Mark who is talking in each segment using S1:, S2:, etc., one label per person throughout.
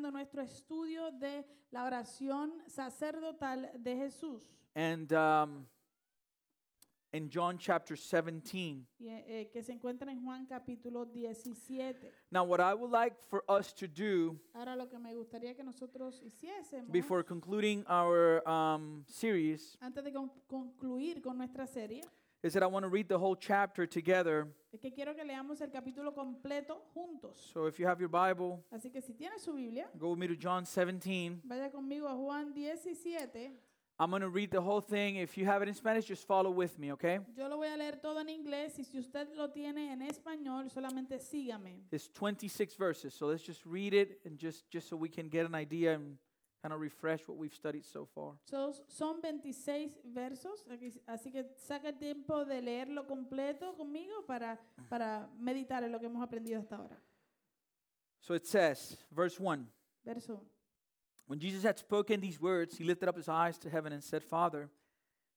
S1: nuestro estudio de la oración sacerdotal de Jesús.
S2: And um, in John chapter 17,
S1: y, eh, que se encuentra en Juan capítulo 17.
S2: now what I would like for us to do
S1: Ahora lo que me gustaría que nosotros hiciésemos
S2: before concluding our um, series
S1: antes de con- concluir con nuestra serie
S2: is that I want to read the whole chapter together.
S1: es que quiero que leamos el capítulo completo juntos.
S2: So if you have your Bible,
S1: Así que si tiene su Biblia,
S2: go with me to John 17.
S1: vaya conmigo a Juan 17.
S2: I'm going to read the whole thing. If you have it in Spanish, just follow with me, okay?
S1: Yo lo voy a leer todo en inglés y si usted lo tiene en español, solamente sígame.
S2: It's 26 verses. So let's just read it and just just so we can get an idea and kind of refresh what we've studied so far.
S1: Sos- son 26 versos, aquí- así que saca el tiempo de leerlo completo conmigo para, para meditar en lo que hemos aprendido hasta ahora.
S2: So it says, verse 1.
S1: Verso uno.
S2: When Jesus had spoken these words, he lifted up his eyes to heaven and said, Father,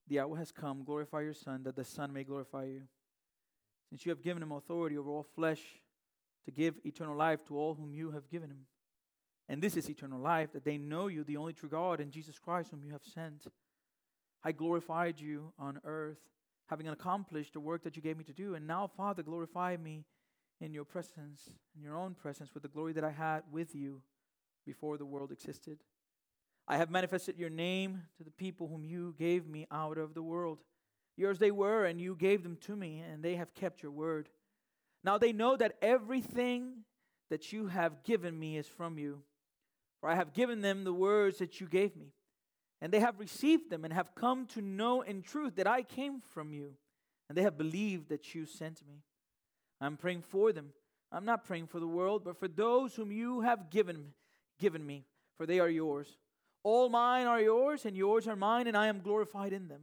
S2: the hour has come. Glorify your Son, that the Son may glorify you. Since you have given him authority over all flesh to give eternal life to all whom you have given him. And this is eternal life, that they know you, the only true God, and Jesus Christ, whom you have sent. I glorified you on earth, having accomplished the work that you gave me to do. And now, Father, glorify me in your presence, in your own presence, with the glory that I had with you before the world existed. I have manifested your name to the people whom you gave me out of the world. Yours they were, and you gave them to me, and they have kept your word. Now they know that everything that you have given me is from you. For I have given them the words that you gave me, and they have received them, and have come to know in truth that I came from you, and they have believed that you sent me. I'm praying for them. I'm not praying for the world, but for those whom you have given me given me, for they are yours. All mine are yours, and yours are mine, and I am glorified in them.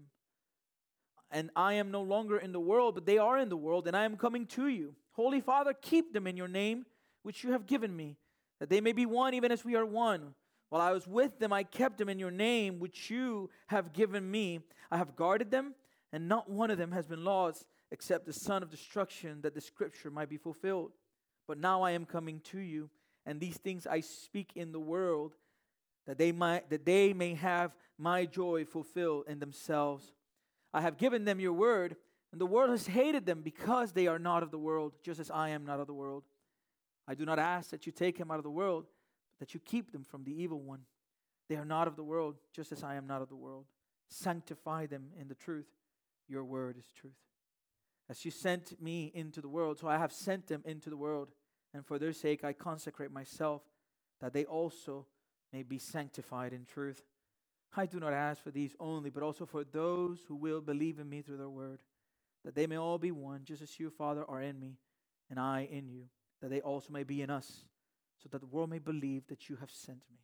S2: And I am no longer in the world, but they are in the world, and I am coming to you. Holy Father, keep them in your name, which you have given me, that they may be one, even as we are one. While I was with them, I kept them in your name, which you have given me. I have guarded them, and not one of them has been lost, except the son of destruction, that the scripture might be fulfilled. But now I am coming to you, and these things I speak in the world, that they might that they may have my joy fulfilled in themselves. I have given them your word, and the world has hated them because they are not of the world, just as I am not of the world. I do not ask that you take them out of the world, but that you keep them from the evil one. They are not of the world, just as I am not of the world. Sanctify them in the truth. Your word is truth. As you sent me into the world, so I have sent them into the world, and for their sake I consecrate myself, that they also may be sanctified in truth. I do not ask for these only, but also for those who will believe in me through their word, that they may all be one, just as you, Father, are in me, and I in you, that they also may be in us, so that the world may believe that you have sent me.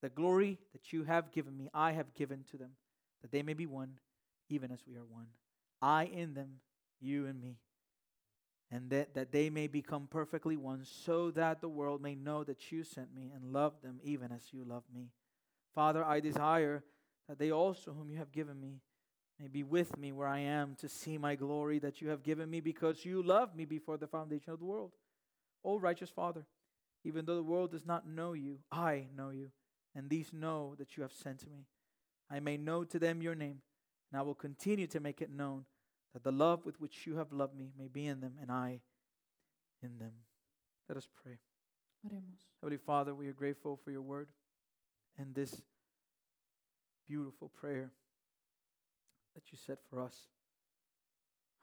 S2: The glory that you have given me, I have given to them, that they may be one, even as we are one. I in them you and me, and that, that they may become perfectly one, so that the world may know that you sent me and loved them even as you loved me. Father, I desire that they also, whom you have given me, may be with me where I am to see my glory that you have given me because you loved me before the foundation of the world. O righteous Father, even though the world does not know you, I know you, and these know that you have sent me. I may know to them your name, and I will continue to make it known that the love with which you have loved me may be in them and I in them. Let us pray.
S1: Oremos.
S2: Heavenly Father, we are grateful for your word and this beautiful prayer that you said for us.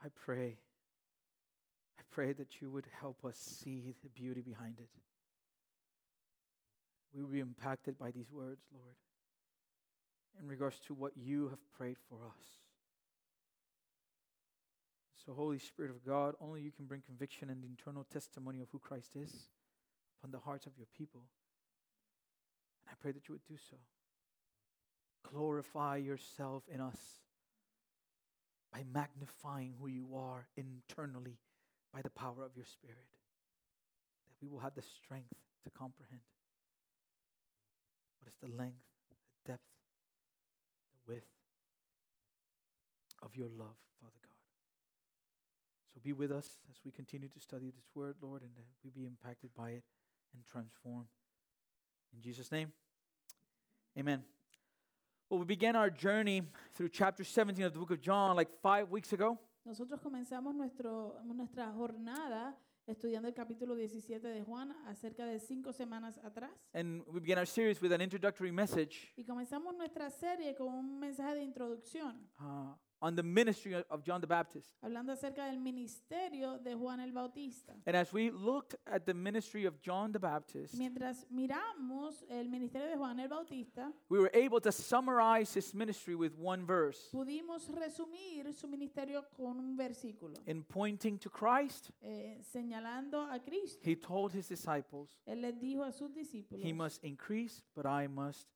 S2: I pray, I pray that you would help us see the beauty behind it. We will be impacted by these words, Lord, in regards to what you have prayed for us. So, Holy Spirit of God, only you can bring conviction and internal testimony of who Christ is upon the hearts of your people. And I pray that you would do so. Glorify yourself in us by magnifying who you are internally by the power of your Spirit, that we will have the strength to comprehend what is the length, the depth, the width of your love, Father God. So be with us as we continue to study this word, Lord, and that we be impacted by it and transform. In Jesus' name, amen. Well, we began our journey through chapter 17 of the book of John like five weeks ago.
S1: Nosotros comenzamos nuestro, nuestra jornada estudiando el capítulo 17 de Juan acerca de cinco semanas atrás.
S2: And we began our series with an introductory message
S1: Y comenzamos nuestra serie con un mensaje de introducción,
S2: uh, on the ministry of- of John the Baptist.
S1: hablando acerca del ministerio de Juan el Bautista.
S2: And as we looked at the ministry of John the Baptist,
S1: Mientras miramos el ministerio de Juan el Bautista,
S2: we were able to summarize his ministry with one verse
S1: pudimos resumir su ministerio con un versículo,
S2: in pointing to Christ.
S1: eh, señalando a Cristo.
S2: He told his disciples,
S1: Él les dijo a sus discípulos,
S2: He must increase, but I must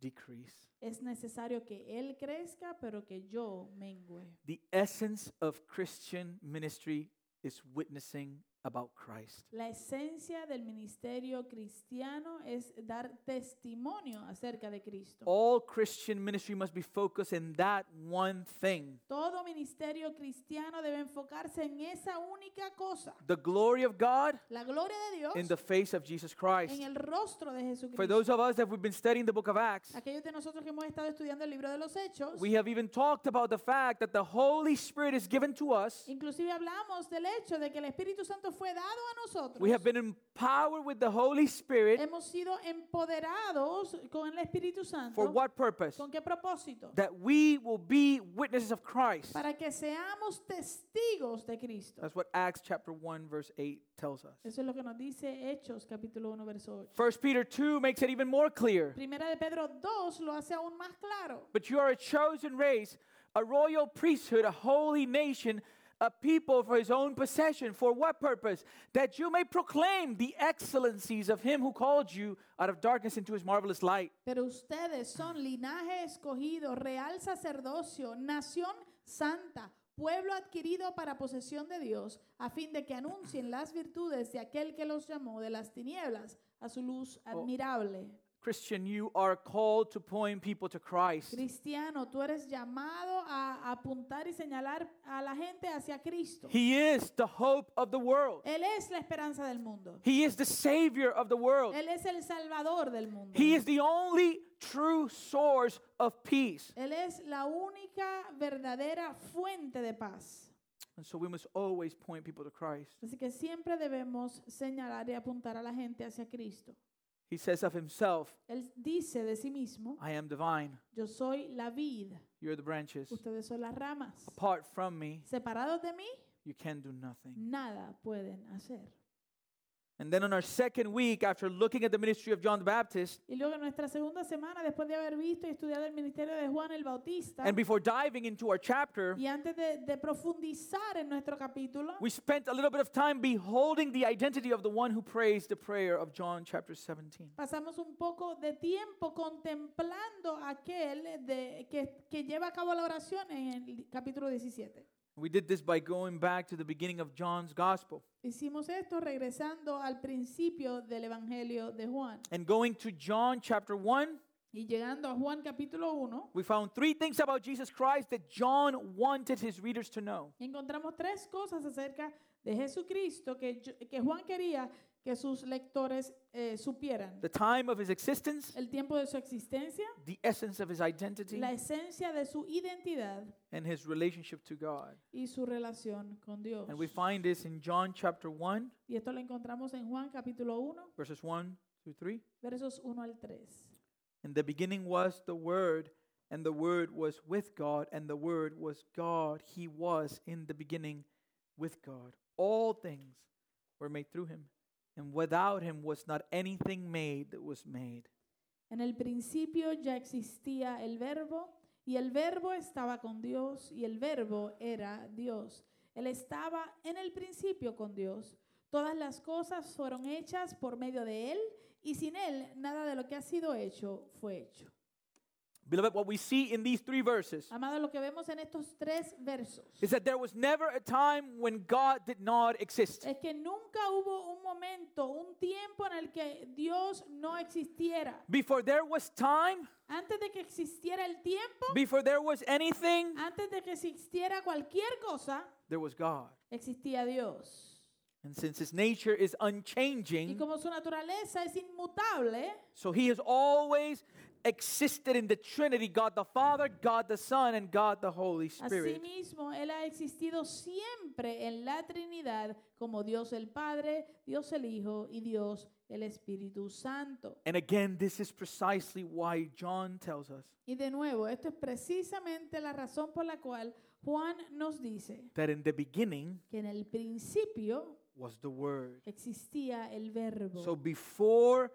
S2: decrease.
S1: es necesario que Él crezca, pero que yo mengue.
S2: The essence of Christian ministry is witnessing about Christ.
S1: La esencia del ministerio cristiano es dar testimonio acerca de Cristo.
S2: All Christian ministry must be focused in that one thing
S1: Todo ministerio cristiano debe enfocarse en esa única cosa,
S2: the glory of God
S1: la gloria de Dios
S2: in the face of Jesus Christ.
S1: en el rostro de
S2: For
S1: Jesucristo.
S2: those of us that we've been studying the book of Acts,
S1: Aquellos de nosotros que hemos estado estudiando el libro de los Hechos,
S2: we have even talked about the fact that the Holy Spirit is given to us.
S1: inclusive hablamos del hecho de que el Espíritu Santo fue dado a
S2: We
S1: nosotros.
S2: have been empowered with the Holy Spirit
S1: Hemos sido empoderados con el Espíritu
S2: for
S1: Santo.
S2: what purpose?
S1: ¿Con qué propósito?
S2: That we will be witnesses of Christ.
S1: Para que seamos testigos de Cristo.
S2: That's what Acts chapter 1 verse 8 tells us.
S1: Eso es lo que nos dice Hechos capítulo 1 verso 8.
S2: First Peter 2 makes it even more clear.
S1: Primera de Pedro 2 lo hace aún más claro.
S2: But you are a chosen race, a royal priesthood, a holy nation, a people for his own possession. For what purpose? That you may proclaim the excellencies of him who called you out of darkness into his marvelous light.
S1: Pero ustedes son linaje escogido, real sacerdocio, nación santa, pueblo adquirido para posesión de Dios, a fin de que anuncien las virtudes de aquel que los llamó de las tinieblas a su luz
S2: Oh.
S1: admirable.
S2: Christian, you are called to point people to Christ.
S1: Cristiano, tú eres llamado a apuntar y señalar a la gente hacia Cristo.
S2: He is the hope of the world.
S1: Él es la esperanza del mundo.
S2: He is the savior of the world.
S1: Él es el salvador del mundo.
S2: Oh. He is the only true source of peace.
S1: Él es la única verdadera fuente de paz.
S2: And so we must always point people to Christ.
S1: Así que siempre debemos señalar y apuntar a la gente hacia Cristo.
S2: He says of himself,
S1: Él dice de sí mismo,
S2: I am divine,
S1: yo soy la vid,
S2: you're the branches.
S1: ustedes son las ramas.
S2: Apart from me,
S1: Separados de mí,
S2: you can do nothing.
S1: nada pueden hacer.
S2: And then on our second week, after looking at the ministry of John the Baptist,
S1: Y luego en nuestra segunda semana, después de haber visto y estudiado el ministerio de Juan el Bautista,
S2: and before diving into our chapter,
S1: y antes de, de profundizar en nuestro capítulo,
S2: we spent a little bit of time beholding the identity of the one who prays the prayer of John chapter 17.
S1: pasamos un poco de tiempo contemplando aquel de, que, que lleva a cabo la oración en el capítulo 17.
S2: We did this by going back to the beginning of John's gospel
S1: Hicimos esto regresando al principio del Evangelio de Juan.
S2: and going to John chapter 1
S1: Y llegando a Juan capítulo 1,
S2: We found three things about Jesus Christ that John wanted his readers to know.
S1: encontramos tres cosas acerca de Jesucristo que, yo- que Juan quería que sus lectores eh, supieran.
S2: The time of his existence,
S1: El tiempo de su existencia,
S2: the essence of his identity,
S1: la esencia de su identidad
S2: and his relationship to God.
S1: y su relación con Dios.
S2: And we find this in John chapter 1,
S1: Y esto lo encontramos en Juan capítulo 1,
S2: verses 1 through 3.
S1: versos 1 al 3.
S2: In the beginning was the Word, and the Word was with God, and the Word was God. He was in the beginning with God. All things were made through him, and without him was not anything made that was made.
S1: En el principio ya existía el verbo y el verbo estaba con Dios y el verbo era Dios. Él estaba en el principio con Dios. Todas las cosas fueron hechas por medio de Él y sin Él nada de lo que ha sido hecho fue hecho.
S2: Beloved, what we see in these three verses
S1: Amado, lo que vemos en estos tres versos
S2: is that there was never a time when God did not exist.
S1: es que nunca hubo un momento, un tiempo en el que Dios no existiera.
S2: Before there was time,
S1: Antes de que existiera el tiempo,
S2: before there was anything,
S1: antes de que existiera cualquier cosa,
S2: there was God.
S1: existía Dios.
S2: And since his nature is
S1: Y
S2: unchanging,
S1: como su naturaleza es inmutable,
S2: so he has always existed in the Trinity God the Father, God the Son, and God the Holy Spirit.
S1: Asimismo, Él ha existido siempre en la Trinidad como Dios el Padre, Dios el Hijo y Dios el Espíritu Santo.
S2: And again, this is precisely why John tells us
S1: Y de nuevo, esto es precisamente la razón por la cual Juan nos dice
S2: that in the beginning
S1: que en el principio
S2: was the Word.
S1: existía el verbo.
S2: So before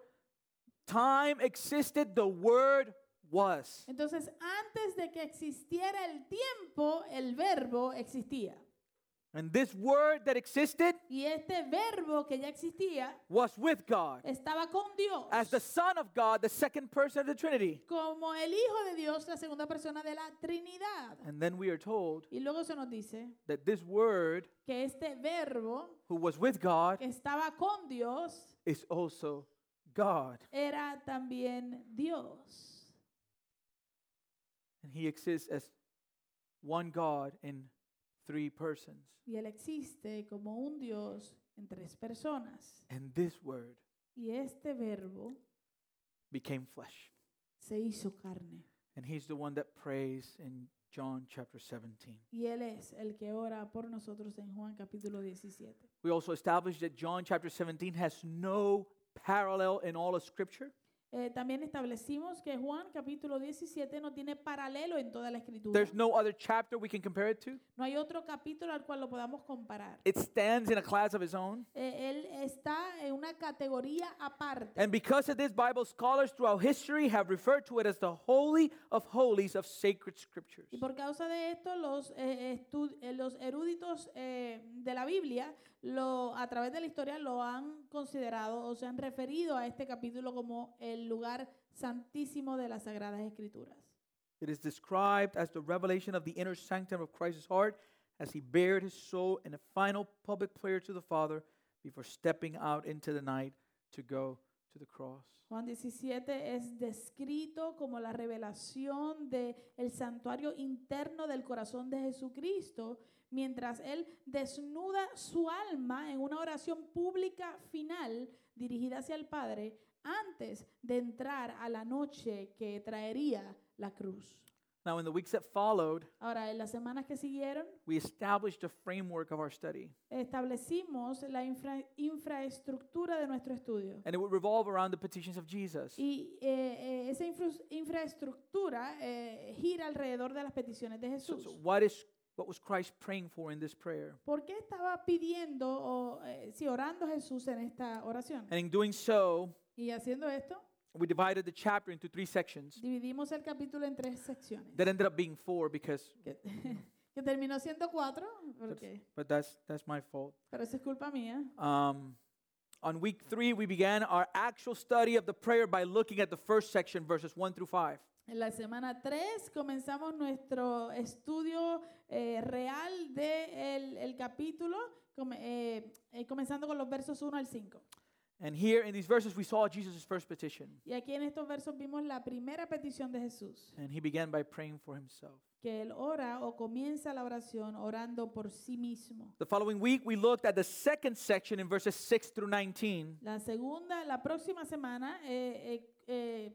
S2: time existed, the Word was.
S1: Entonces, antes de que existiera el tiempo, el verbo existía.
S2: And this Word that existed
S1: Y este verbo que ya existía
S2: was with God.
S1: estaba con Dios.
S2: As the Son of God, the second person of the Trinity.
S1: como el Hijo de Dios, la segunda persona de la Trinidad.
S2: And then we are told
S1: Y luego se nos dice
S2: that this Word,
S1: que este verbo
S2: who was with God,
S1: que estaba con Dios
S2: is also God.
S1: era también Dios.
S2: And He exists as one God in three persons.
S1: Y Él existe como un Dios en tres personas.
S2: And this Word
S1: Y este verbo
S2: became flesh.
S1: se hizo carne.
S2: And He's the one that prays in John chapter 17.
S1: Y Él es el que ora por nosotros en Juan capítulo 17.
S2: We also established that John chapter 17 has no parallel in all of Scripture.
S1: Eh, también establecimos que Juan capítulo 17 no tiene paralelo en toda la escritura.
S2: There's no other chapter we can compare it to.
S1: No hay otro capítulo al cual lo podamos comparar.
S2: It stands in a class of its own.
S1: Eh, él está en una categoría aparte.
S2: And because of this, Bible scholars throughout history have referred to it as the Holy of Holies of sacred scriptures.
S1: Y por causa de esto, los, eh, estu- eh, los eruditos eh, de la Biblia, lo, a través de la historia, lo han considerado o se han referido a este capítulo como el lugar santísimo de las Sagradas Escrituras.
S2: It is described as the revelation of the inner sanctum of Christ's heart as he bared his soul in a final public prayer to the Father before stepping out into the night to go to the cross.
S1: Juan 17 es descrito como la revelación del santuario interno del corazón de Jesucristo, mientras él desnuda su alma en una oración pública final dirigida hacia el Padre antes de entrar a la noche que traería la cruz.
S2: Now, in the weeks that followed,
S1: Ahora, en las semanas que siguieron,
S2: we established a framework of our study,
S1: establecimos la infra- infraestructura de nuestro estudio.
S2: and it would revolve around the petitions of Jesus.
S1: Y eh, eh, esa infrus- infraestructura eh, gira alrededor de las peticiones de
S2: So,
S1: Jesús.
S2: so what is what was Christ praying for in this prayer?
S1: ¿Por qué estaba pidiendo o eh, sí, orando Jesús en esta oración?
S2: And in doing so,
S1: Y haciendo esto,
S2: we divided the chapter into three sections
S1: dividimos el capítulo en tres secciones,
S2: that ended up being four because
S1: que, que terminó siendo cuatro, porque,
S2: but that's that's my fault
S1: pero eso es culpa mía.
S2: um, on week three we began our actual study of the prayer by looking at the first section verses one through five
S1: En la semana 3 comenzamos nuestro estudio eh, real del capítulo, come- eh, eh, comenzando con los versos 1 al 5.
S2: and here in these verses we saw jesus' first petition
S1: Y aquí en estos versos vimos la primera petición de Jesús,
S2: and he began by praying for himself
S1: que él ora o comienza la oración orando por sí mismo.
S2: the following week we looked at the second section in verses 6 through 19
S1: La segunda, la próxima semana, eh, eh, eh,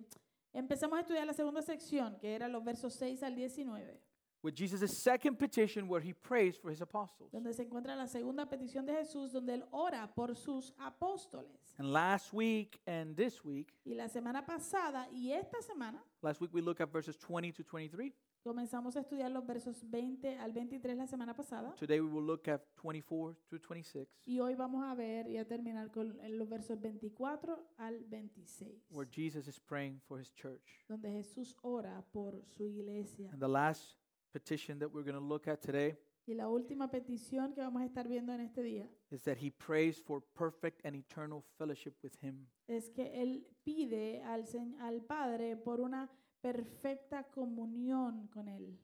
S1: empezamos a estudiar la segunda sección, que eran los versos 6 al 19,
S2: with jesus' second petition where he prays for his apostles
S1: donde se encuentra la segunda petición de Jesús, donde él ora por sus apóstoles.
S2: and last week and this week
S1: Y la semana pasada y esta semana
S2: last week we looked at verses 20 to 23
S1: comenzamos a estudiar los versos 20 al 23 la semana pasada.
S2: Today we will look at 24 through 26,
S1: Y hoy vamos a ver y a terminar con eh, los versos 24 al 26,
S2: where Jesus is praying for his church.
S1: donde Jesús ora por su iglesia.
S2: And the last petition that we're going to look at today
S1: Y la última petición que vamos a estar viendo en este día
S2: is that he prays for perfect and eternal fellowship with him.
S1: es que Él pide al, Señ- al Padre por una perfecta comunión con Él.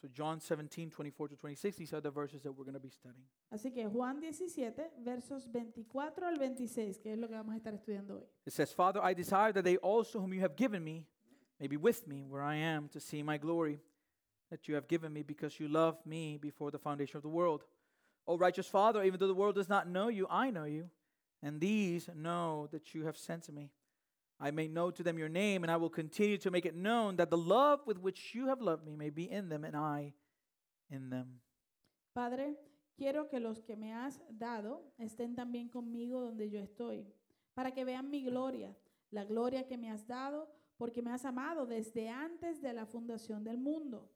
S2: So John 17, 24 to 26, these are the verses that we're going to be studying.
S1: Así que Juan 17, versos 24 al 26, que es lo que vamos a estar estudiando hoy.
S2: It says, Father, I desire that they also whom you have given me may be with me where I am to see my glory that you have given me because you loved me before the foundation of the world. O righteous Father, even though the world does not know you, I know you, and these know that you have sent me. I may know to them your name, and I will continue to make it known that the love with which you have loved me may be in them, and I in them.
S1: Padre, quiero que los que me has dado estén también conmigo donde yo estoy, para que vean mi gloria, la gloria que me has dado, porque me has amado desde antes de la fundación del mundo.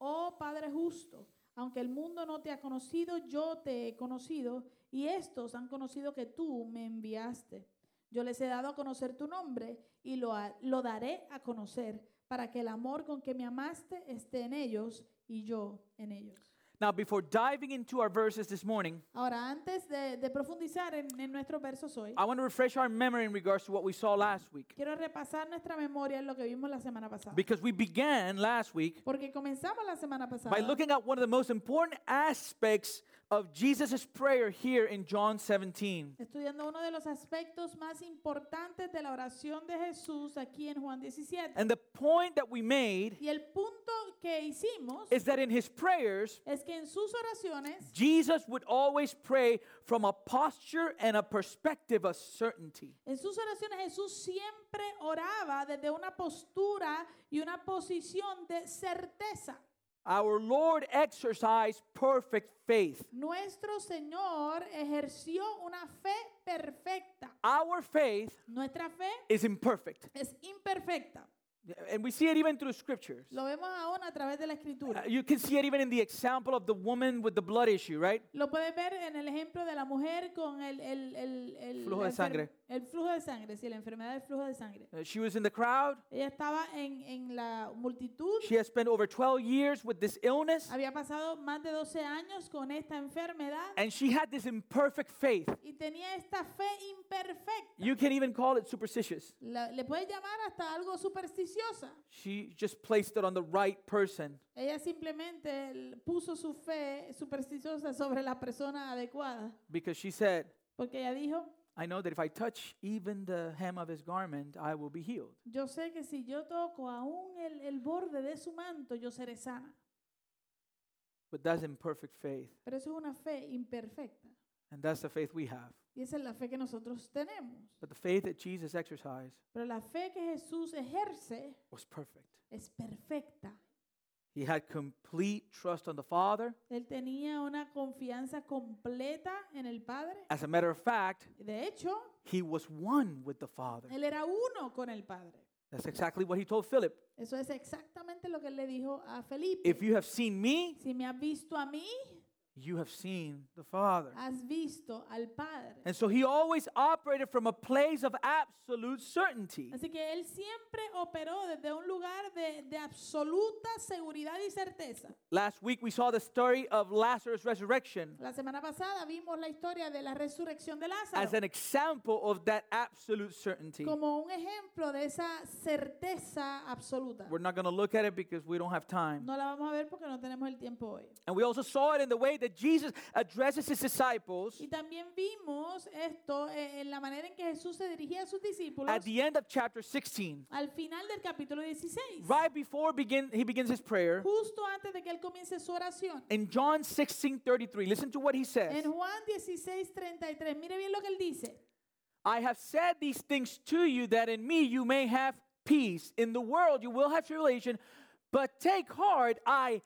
S1: Oh Padre justo, aunque el mundo no te ha conocido, yo te he conocido, y estos han conocido que tú me enviaste. Yo les he dado a conocer tu nombre y lo, ha- lo daré a conocer, para que el amor con que me amaste esté en ellos y yo en ellos.
S2: Now, before diving into our verses this morning,
S1: Ahora, antes de, de profundizar en, en nuestros versos hoy,
S2: I want to refresh our memory in regards to what we saw last week.
S1: quiero repasar nuestra memoria en lo que vimos la semana pasada.
S2: Because we began last week
S1: Porque comenzamos la semana pasada
S2: by looking at one of the most important aspects of Jesus' prayer here in John 17.
S1: estudiando uno de los aspectos más importantes de la oración de Jesús aquí en Juan 17.
S2: And the point that we made
S1: Y el punto que hicimos
S2: is that in his prayers,
S1: es que en sus oraciones
S2: Jesus would always pray from a posture and a perspective of certainty.
S1: En sus oraciones Jesús siempre oraba desde una postura y una posición de certeza.
S2: Our Lord exercised perfect faith.
S1: Nuestro Señor ejerció una fe perfecta.
S2: Our faith
S1: Nuestra fe
S2: is imperfect.
S1: es imperfecta.
S2: And we see it even through scriptures.
S1: Lo vemos aún a través de la
S2: Uh,
S1: escritura.
S2: You can see it even in the example of the woman with the blood issue, right?
S1: Lo puedes ver en el ejemplo de la mujer con el, el- el- el-
S2: Flujo
S1: la
S2: de
S1: enfer-
S2: sangre.
S1: El flujo de sangre, sí, la enfermedad del flujo de sangre.
S2: Uh, She was in the crowd.
S1: Ella estaba en, en la multitud,
S2: She has spent over 12 years with this illness,
S1: había pasado más de 12 años con esta enfermedad.
S2: and she had this imperfect faith.
S1: y tenía esta fe imperfecta.
S2: You can even call it superstitious.
S1: La- le puedes llamar hasta algo supersticiosa.
S2: She just placed it on the right person.
S1: Ella simplemente l- puso su fe supersticiosa sobre la persona adecuada,
S2: because she said,
S1: porque ella dijo,
S2: I know that if I touch even the hem of his garment, I will be healed.
S1: yo sé que si yo toco aún el, el borde de su manto, yo seré sana.
S2: But that's imperfect faith.
S1: Pero eso es una fe imperfecta.
S2: And that's the faith we have.
S1: Y esa es la fe que nosotros tenemos.
S2: But the faith that Jesus exercised
S1: Pero la fe que Jesús ejerce
S2: was perfect.
S1: es perfecta.
S2: He had complete trust on the Father.
S1: Él tenía una confianza completa en el Padre.
S2: As a matter of fact,
S1: De hecho,
S2: he was one with the Father.
S1: Él era uno con el Padre.
S2: That's exactly what he told Philip.
S1: Eso es exactamente lo que él le dijo a Felipe.
S2: If you have seen me,
S1: si me has visto a mí,
S2: you have seen the Father.
S1: has visto al Padre.
S2: And so he always operated from a place of absolute certainty.
S1: Así que él siempre operó desde un lugar de, de absoluta seguridad y certeza.
S2: Last week we saw the story of Lazarus' resurrection.
S1: La semana pasada vimos la historia de la resurrección de
S2: as
S1: Lázaro
S2: an example of that absolute certainty.
S1: como un ejemplo de esa certeza absoluta.
S2: We're not going to look at it because we don't have time.
S1: No la vamos a ver porque no tenemos el tiempo hoy.
S2: And we also saw it in the way that Jesus addresses his disciples
S1: Y también vimos esto eh, en la manera en que Jesús se dirigía a sus discípulos
S2: at the end of chapter 16.
S1: al final del capítulo 16.
S2: Right before begin, he begins his prayer,
S1: justo antes de que él comience su oración.
S2: in John 16 33, listen to what he says
S1: En Juan 16, 33, mire bien lo que él dice.
S2: I have said these things to you that in me you may have peace. In the world you will have tribulation, but take heart, I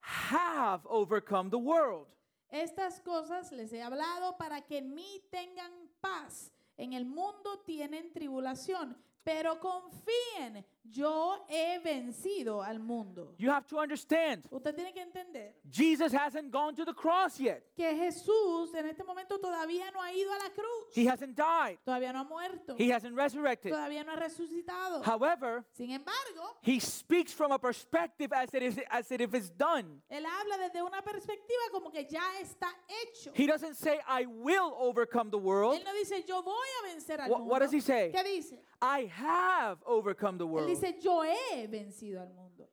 S2: have overcome the world.
S1: Estas cosas les he hablado para que en mí tengan paz. En el mundo tienen tribulación, pero confíen, yo he vencido al mundo.
S2: You have to understand,
S1: Usted tiene que entender
S2: Jesus hasn't gone to the cross yet.
S1: que Jesús en este momento todavía no ha ido a la cruz,
S2: He hasn't died.
S1: todavía no ha muerto,
S2: He hasn't resurrected.
S1: todavía no ha resucitado.
S2: However,
S1: Sin embargo,
S2: he speaks from a perspective as it is as it if it's done.
S1: él habla desde una perspectiva como que ya está hecho.
S2: He doesn't say, I will overcome the world.
S1: Él no dice yo voy a vencer al
S2: Wha-
S1: mundo.
S2: what does he say?
S1: ¿Qué dice?
S2: I have overcome the
S1: Él
S2: world.
S1: dice yo he vencido al mundo.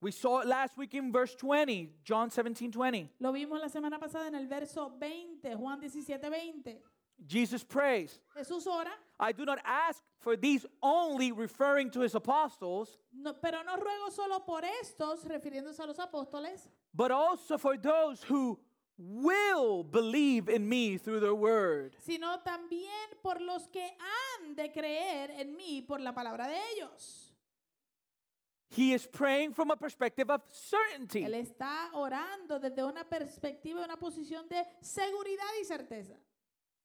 S2: We saw it last week in verse 20, John 17, 20.
S1: Lo vimos la semana pasada en el verso 20, Juan 17, 20.
S2: Jesus prays.
S1: Jesús ora,
S2: I do not ask for these only, referring to his apostles,
S1: no- pero no ruego solo por estos, refiriéndose a los apóstoles,
S2: but also for those who will believe in me through their word.
S1: sino también por los que han de creer en mí por la palabra de ellos.
S2: He is praying from a perspective of
S1: Él
S2: certainty.
S1: está orando desde una perspectiva, una posición de seguridad y certeza.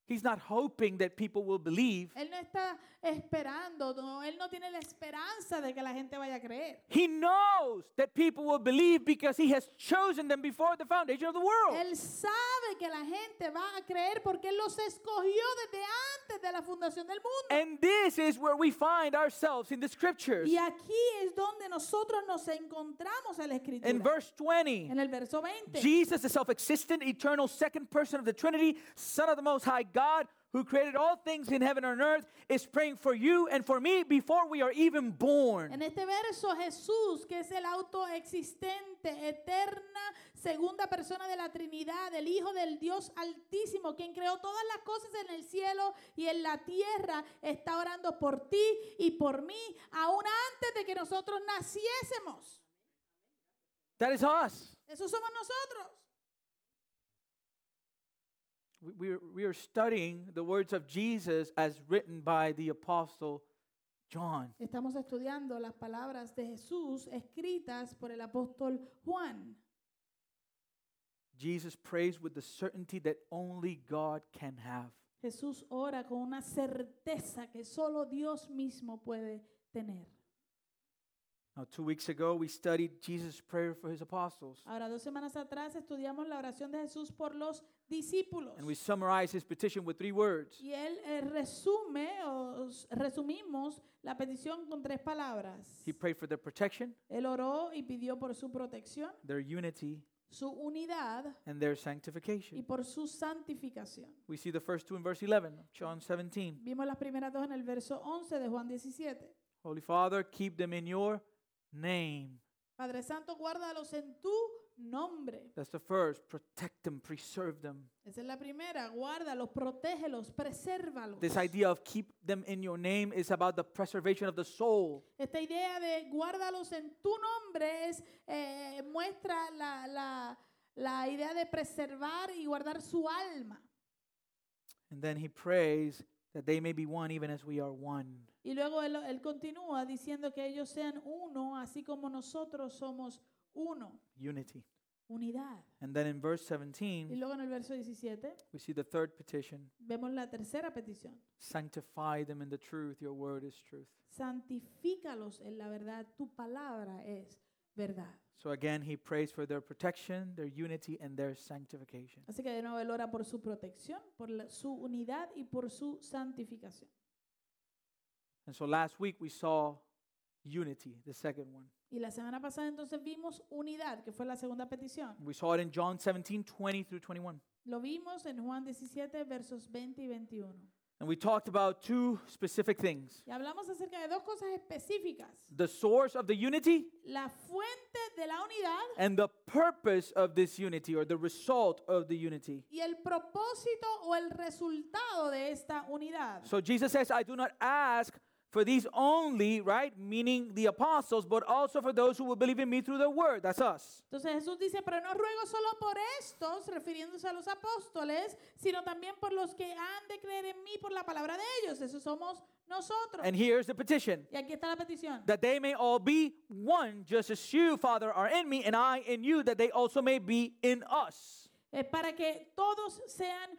S2: He's not hoping that people will believe.
S1: Él no está esperando, no, él no tiene la esperanza de que la gente vaya a creer.
S2: He knows that people will believe because he has chosen them before the foundation of the world.
S1: Él sabe que la gente va a creer porque Él los escogió desde antes de la fundación del mundo.
S2: And this is where we find ourselves in the scriptures.
S1: Y aquí es donde nosotros nos encontramos en la
S2: In
S1: Escritura.
S2: verse 20,
S1: En el verso 20.
S2: Jesus, the self existent, eternal, second person of the Trinity, Son of the Most High God, who created all things in heaven and earth, is praying for you and for me before we are even born.
S1: En este verso Jesús, que es el autoexistente, eterna, segunda persona de la Trinidad, el Hijo del Dios Altísimo, quien creó todas las cosas en el cielo y en la tierra, está orando por ti y por mí, aún antes de que nosotros naciésemos.
S2: That is us.
S1: Eso somos nosotros.
S2: We- We are, we are studying the words of Jesus as written by the Apostle John.
S1: Estamos estudiando las palabras de Jesús escritas por el apóstol Juan.
S2: Jesus prays with the certainty that only God can have.
S1: Jesús ora con una certeza que solo Dios mismo puede tener.
S2: Now, two weeks ago, we studied Jesus' prayer for his apostles,
S1: Ahora, dos semanas atrás estudiamos la oración de Jesús por los discípulos.
S2: and we summarized his petition with three words
S1: Y él eh, resume, o s- resumimos la petición con tres palabras.
S2: He prayed for their protection,
S1: Él oró y pidió por su protección,
S2: their unity,
S1: su unidad
S2: and their
S1: y
S2: sanctification.
S1: por su santificación.
S2: We see the first two in verse 11, John 17.
S1: Vimos las primeras dos en el verso 11 de Juan 17.
S2: Holy Father, keep them in your name.
S1: Padre Santo, guárdalos en tu nombre.
S2: That's the first. Protect them, preserve them.
S1: Esa es la primera. Guárdalos, protégelos, presérvalos.
S2: This idea of keep them in your name is about the preservation of the soul.
S1: Esta idea de guárdalos en tu nombre es, eh, muestra la, la- la idea de preservar y guardar su alma.
S2: And then he prays that they may be one even as we are one.
S1: Y luego él, él continúa diciendo que ellos sean uno, así como nosotros somos uno.
S2: Unity.
S1: Unidad.
S2: And then in verse
S1: Y
S2: 17,
S1: luego en el verso 17
S2: we see the third petition
S1: vemos la tercera petición.
S2: sanctify them in the truth. Your word is truth.
S1: Santifícalos en la verdad. Tu palabra es verdad.
S2: So again, he prays for their protection, their unity, and their sanctification.
S1: Así que de nuevo él ora por su protección, por la- su unidad y por su santificación.
S2: And so last week we saw unity, the second one.
S1: Y la semana pasada entonces vimos unidad, que fue la segunda petición.
S2: We saw it in John 17, 20 through 21.
S1: Lo vimos en Juan 17, versos 20 y 21.
S2: And we talked about two specific things
S1: Y hablamos acerca de dos cosas específicas.
S2: the source of the unity
S1: La fuente de la unidad
S2: and the purpose of this unity or the result of the unity.
S1: y el propósito o el resultado de esta unidad.
S2: So Jesus says, I do not ask for these only, right? Meaning the apostles, but also for those who will believe in me through the word. That's us.
S1: Entonces Jesús dice, pero no ruego solo por estos, refiriéndose a los apóstoles, sino también por los que han de creer en mí por la palabra de ellos. Eso somos nosotros.
S2: And here's the petition
S1: y aquí está la petición.
S2: that they may all be one, just as you, Father, are in me and I in you, that they also may be in us.
S1: Es para que todos sean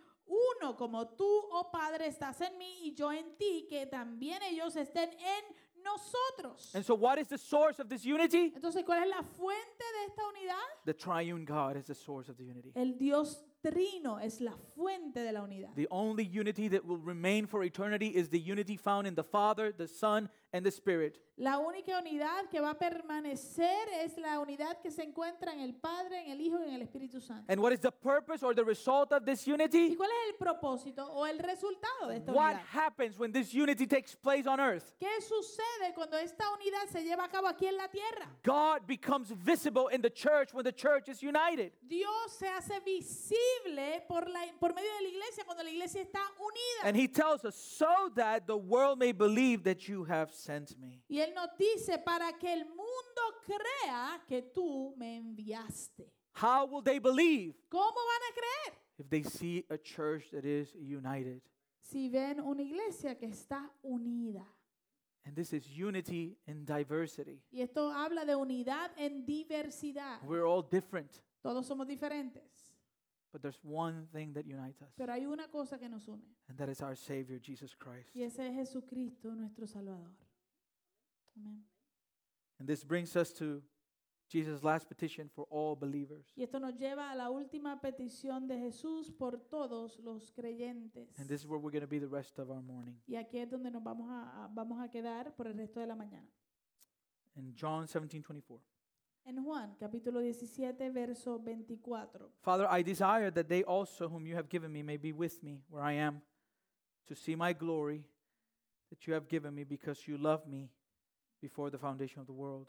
S1: uno, como tú, oh Padre, estás en mí y yo en ti, que también ellos estén en nosotros.
S2: And so, what is the source of this unity?
S1: Entonces, ¿cuál es la fuente de esta unidad?
S2: The triune God is the source of the unity.
S1: El Dios trino es la fuente de la unidad.
S2: The only unity that will remain for eternity is the unity found in the Father, the Son, and the Spirit.
S1: La única unidad que va a permanecer es la unidad que se encuentra en el Padre, en el Hijo y en el Espíritu Santo.
S2: And what is the purpose or the result of this
S1: ¿Y
S2: unity?
S1: cuál es el propósito o el resultado de esta
S2: What
S1: unidad?
S2: happens when this unity takes place on earth?
S1: ¿Qué sucede cuando esta unidad se lleva a cabo aquí en la tierra?
S2: God becomes visible in the church when the church is united.
S1: Dios se hace visible posible por, la, por medio de la iglesia cuando la iglesia está unida.
S2: And he tells us, so that the world may believe that you have sent me.
S1: Y Él nos dice para que el mundo crea que tú me enviaste.
S2: How will they believe
S1: ¿Cómo van a creer?
S2: if they see a church that is united?
S1: Si ven una iglesia que está unida.
S2: And this is unity in diversity.
S1: Y esto habla de unidad en diversidad.
S2: We're all different,
S1: Todos somos diferentes,
S2: but there's one thing that unites us,
S1: pero hay una cosa que nos une.
S2: and that is our Savior, Jesus Christ.
S1: Y ese es Jesucristo, nuestro Salvador. Amén.
S2: And this brings us to Jesus' last petition for all believers.
S1: Y esto nos lleva a la última petición de Jesús por todos los creyentes.
S2: And this is where we're going to be the rest of our morning.
S1: Y aquí es donde nos vamos a, a- vamos a quedar por el resto de la mañana.
S2: In John 17 24.
S1: En Juan, capítulo 17, verso 24.
S2: Father, I desire that they also, whom you have given me, may be with me where I am, to see my glory that you have given me because you loved me before the foundation of the world.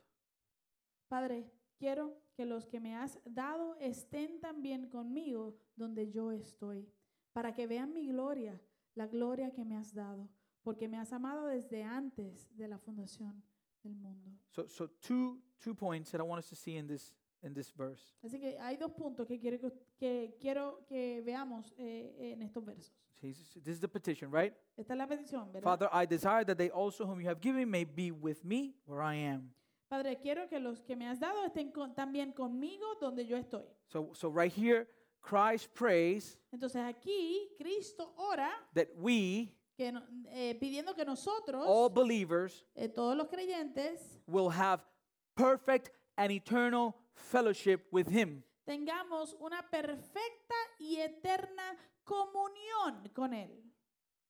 S1: Padre, quiero que los que me has dado estén también conmigo donde yo estoy, para que vean mi gloria, la gloria que me has dado, porque me has amado desde antes de la fundación del mundo.
S2: So, so two, two points that I want us to see in this, in this verse.
S1: Así que hay dos puntos que quiero que, us- que quiero que veamos eh, en estos versos.
S2: Jesus, this is the petition, right?
S1: Esta es la petición, ¿verdad?
S2: Father, I desire that they also, whom you have given me, may be with me where I am.
S1: Padre, quiero que los que me has dado estén con- también conmigo donde yo estoy.
S2: So, so right here, Christ prays
S1: Entonces aquí Cristo ora
S2: that we,
S1: que no- eh, pidiendo que nosotros
S2: all believers,
S1: eh, todos los creyentes
S2: will have perfect and eternal fellowship with Him.
S1: tengamos una perfecta y eterna comunión con Él.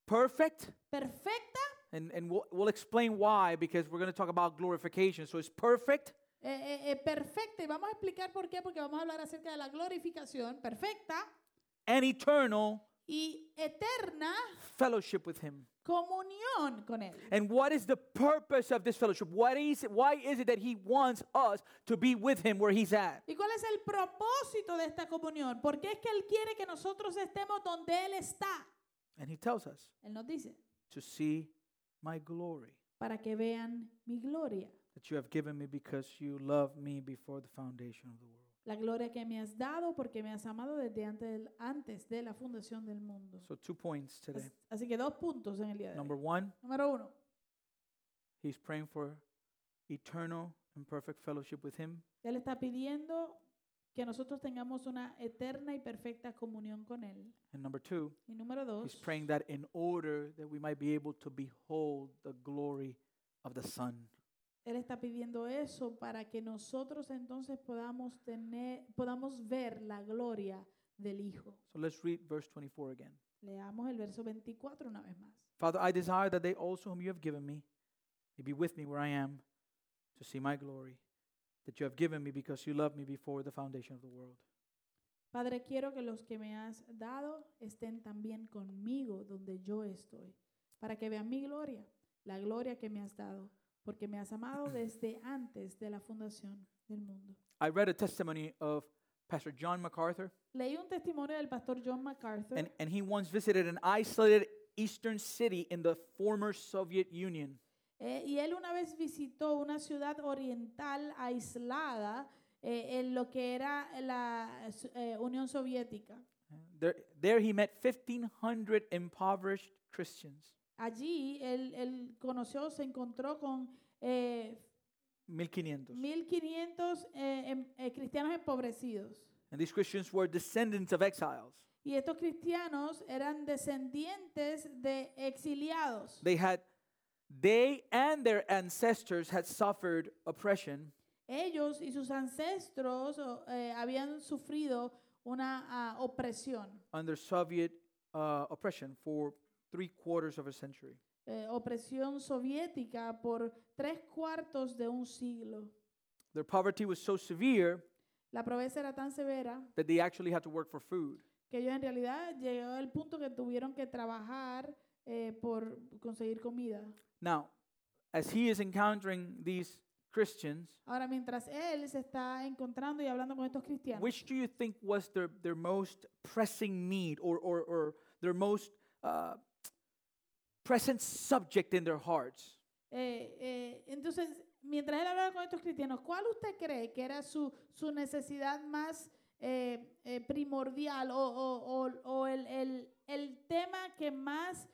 S2: Perfect,
S1: Perfecta,
S2: and, and we'll, we'll explain why because we're going to talk about glorification. So it's perfect,
S1: eh, eh, eh, perfecta, y vamos a explicar por qué, porque vamos a hablar acerca de la glorificación perfecta
S2: and eternal
S1: y eterna
S2: fellowship with Him.
S1: comunión con Él.
S2: And what is the purpose of this fellowship? What is it, why is it that He wants us to be with Him where He's at?
S1: ¿Y cuál es el propósito de esta comunión? ¿Por qué es que Él quiere que nosotros estemos donde Él está?
S2: And He tells us
S1: Él nos dice,
S2: to see my glory
S1: para que vean mi gloria,
S2: that you have given me because you loved me before the foundation of the world.
S1: la gloria que me has dado porque me has amado desde antes, del- antes de la fundación del mundo.
S2: So, two points today.
S1: As- Así que dos puntos en el día de hoy.
S2: Number one,
S1: Número uno,
S2: He's praying for eternal and perfect fellowship with Him.
S1: Él está pidiendo que nosotros tengamos una eterna y perfecta comunión con Él.
S2: And number two,
S1: Y número
S2: He's
S1: dos,
S2: praying that in order that we might be able to behold the glory of the Son.
S1: Él está pidiendo eso para que nosotros entonces podamos tener, podamos ver la gloria del Hijo.
S2: So let's read verse 24 again.
S1: Leamos el verso 24 una vez más.
S2: Father, I desire that they also whom you have given me may be with me where I am to see my glory that you have given me because you loved me before the foundation of the world.
S1: Padre, quiero que los que me has dado estén también conmigo donde yo estoy, para que vean mi gloria, la gloria que me has dado, porque me has amado desde antes de la fundación del mundo.
S2: I read a testimony of Pastor John MacArthur,
S1: Leí un testimonio del pastor John MacArthur
S2: and, and he once visited an isolated eastern city in the former Soviet Union.
S1: eh, y él una vez visitó una ciudad oriental aislada eh, en lo que era la eh, Unión Soviética.
S2: There, there he met 1,500 impoverished Christians.
S1: Allí él, él conoció, se encontró con eh,
S2: 1,500.
S1: 1500 eh, em- eh, cristianos empobrecidos.
S2: And these Christians were descendants of exiles.
S1: Y estos cristianos eran descendientes de exiliados.
S2: They had they and their ancestors had suffered oppression
S1: Ellos y sus ancestros o, eh, habían sufrido una ah, opresión,
S2: under Soviet uh, oppression for three quarters of a century.
S1: eh, opresión soviética por tres cuartos de un siglo.
S2: Their poverty was so severe
S1: La pobreza era tan severa
S2: that they actually had to work for food.
S1: que ellos en realidad llegó al punto que tuvieron que trabajar eh, por conseguir comida.
S2: Now, as he is encountering these Christians,
S1: Ahora, mientras él se está encontrando y hablando con estos cristianos,
S2: which do you think was their, their most pressing need or, or, or their most uh, present subject in their hearts?
S1: eh, eh, entonces, mientras él hablaba con estos cristianos, ¿cuál usted cree que era su, su necesidad más eh, eh, primordial o, o- o- o el, el- el tema que más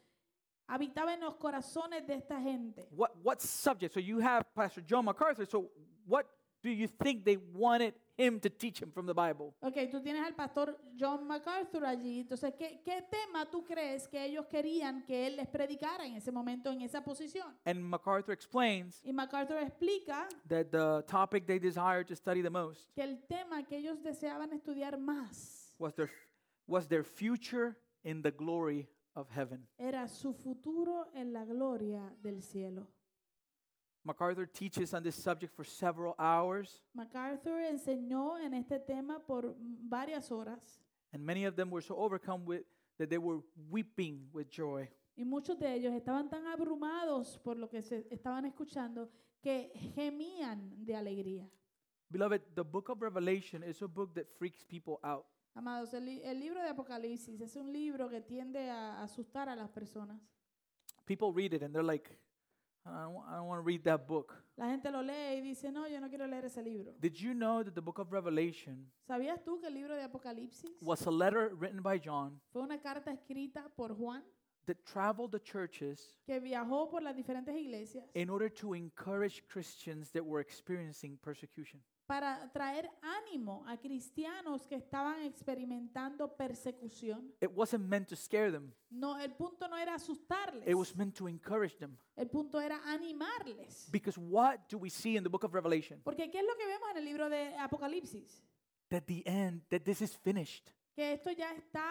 S1: habitaba en los corazones de esta gente?
S2: What, what subject? So you have Pastor John MacArthur. So what do you think they wanted him to teach him from the Bible?
S1: Ok, tú tienes al pastor John MacArthur allí, entonces, ¿qué, qué tema tú crees que ellos querían que él les predicara en ese momento, en esa posición?
S2: And MacArthur explains
S1: Y MacArthur explica
S2: that the topic they desired to study the most
S1: que el tema que ellos deseaban estudiar más
S2: was their, was their future in the glory of heaven.
S1: era su futuro en la gloria del cielo.
S2: MacArthur teaches on this subject for several hours,
S1: MacArthur enseñó en este tema por m- varias horas
S2: and many of them were so overcome with that they were weeping with joy.
S1: y muchos de ellos estaban tan abrumados por lo que se estaban escuchando que gemían de alegría.
S2: Beloved, the book of Revelation is a book that freaks people out.
S1: Amados, el, li- el libro de Apocalipsis es un libro que tiende a asustar a las personas.
S2: People read it and they're like, I don't, wa- I don't want to read that book.
S1: La gente lo lee y dice, no, yo no quiero leer ese libro.
S2: Did you know that the book of Revelation
S1: ¿Sabías tú que el libro de Apocalipsis
S2: was a letter written by John
S1: fue una carta escrita por Juan
S2: that traveled the churches
S1: que viajó por las diferentes iglesias
S2: in order to encourage Christians that were experiencing persecution?
S1: para traer ánimo a cristianos que estaban experimentando persecución?
S2: It wasn't meant to scare them,
S1: No, el punto no era asustarles.
S2: it was meant to encourage them.
S1: El punto era animarles.
S2: Because what do we see in the book of Revelation?
S1: Porque ¿qué es lo que vemos en el libro de Apocalipsis?
S2: That the end, that this is finished,
S1: Que esto ya está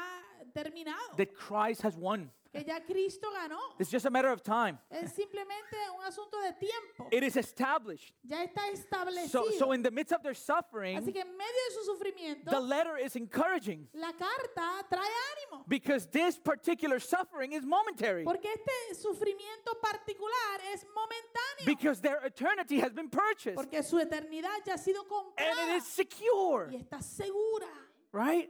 S1: terminado,
S2: that Christ has won.
S1: que ya Cristo ganó.
S2: It's just a matter of time.
S1: Es simplemente un asunto de tiempo.
S2: It is established.
S1: Ya está establecido.
S2: So, so in the midst of their
S1: Así
S2: suffering,
S1: que en medio de su
S2: the
S1: sufrimiento,
S2: letter is encouraging
S1: la carta trae ánimo.
S2: because this particular suffering is momentary.
S1: Porque este sufrimiento particular es momentáneo.
S2: Because their eternity has been purchased
S1: Porque su eternidad ya ha sido
S2: and it
S1: comprada
S2: is secure,
S1: y está segura.
S2: right?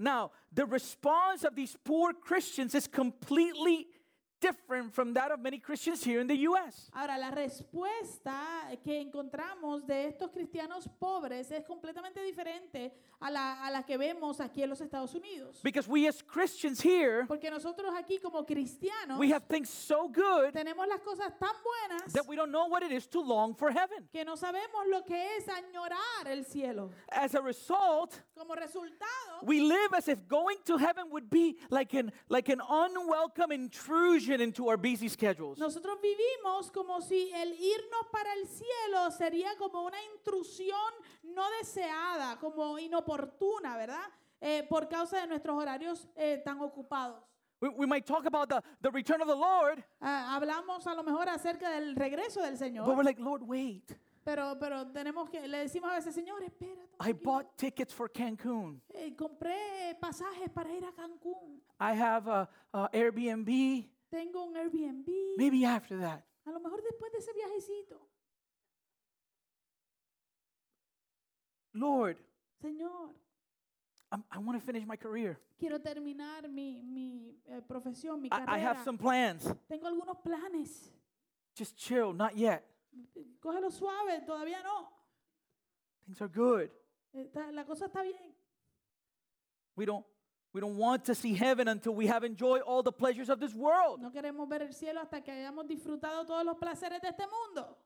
S2: Now, the response of these poor Christians is completely different from that of many Christians here in the US.
S1: Ahora, la respuesta que encontramos de estos cristianos pobres es completamente diferente a la, a la que vemos aquí en los Estados Unidos.
S2: Because we as Christians here,
S1: Porque nosotros aquí como cristianos
S2: we have things so good
S1: tenemos las cosas tan buenas
S2: that we don't know what it is to long for heaven.
S1: que no sabemos lo que es añorar el cielo.
S2: As a result,
S1: Como resultado,
S2: we live as if going to heaven would be like an like an unwelcome intrusion into our busy schedules.
S1: nosotros vivimos como si el irnos para el cielo sería como una intrusión no deseada, como inoportuna, ¿verdad? Eh, por causa de nuestros horarios eh, tan ocupados.
S2: We, we might talk about the, the return of the Lord,
S1: Ah, hablamos a lo mejor acerca del regreso del
S2: but we're
S1: Señor,
S2: like, Lord, wait.
S1: pero, pero tenemos que, le decimos a veces, Señor, espérate. un
S2: I
S1: poquito.
S2: bought tickets for Cancun.
S1: Eh, compré pasajes para ir a Cancún.
S2: I have a, a Airbnb.
S1: Tengo un Airbnb.
S2: Maybe after that.
S1: A lo mejor después de ese viajecito.
S2: Lord,
S1: Señor,
S2: I'm, I want to finish my career.
S1: quiero terminar mi, mi eh, profesión, mi
S2: I, I
S1: carrera.
S2: have some plans.
S1: Tengo algunos planes.
S2: Just chill. Not yet.
S1: Eh, Cógelo suave, todavía no.
S2: Things are good.
S1: Está- la cosa está bien.
S2: We don't we don't want to see heaven until we have enjoyed all the pleasures of this world.
S1: No queremos ver el cielo hasta que hayamos disfrutado todos los placeres de este mundo.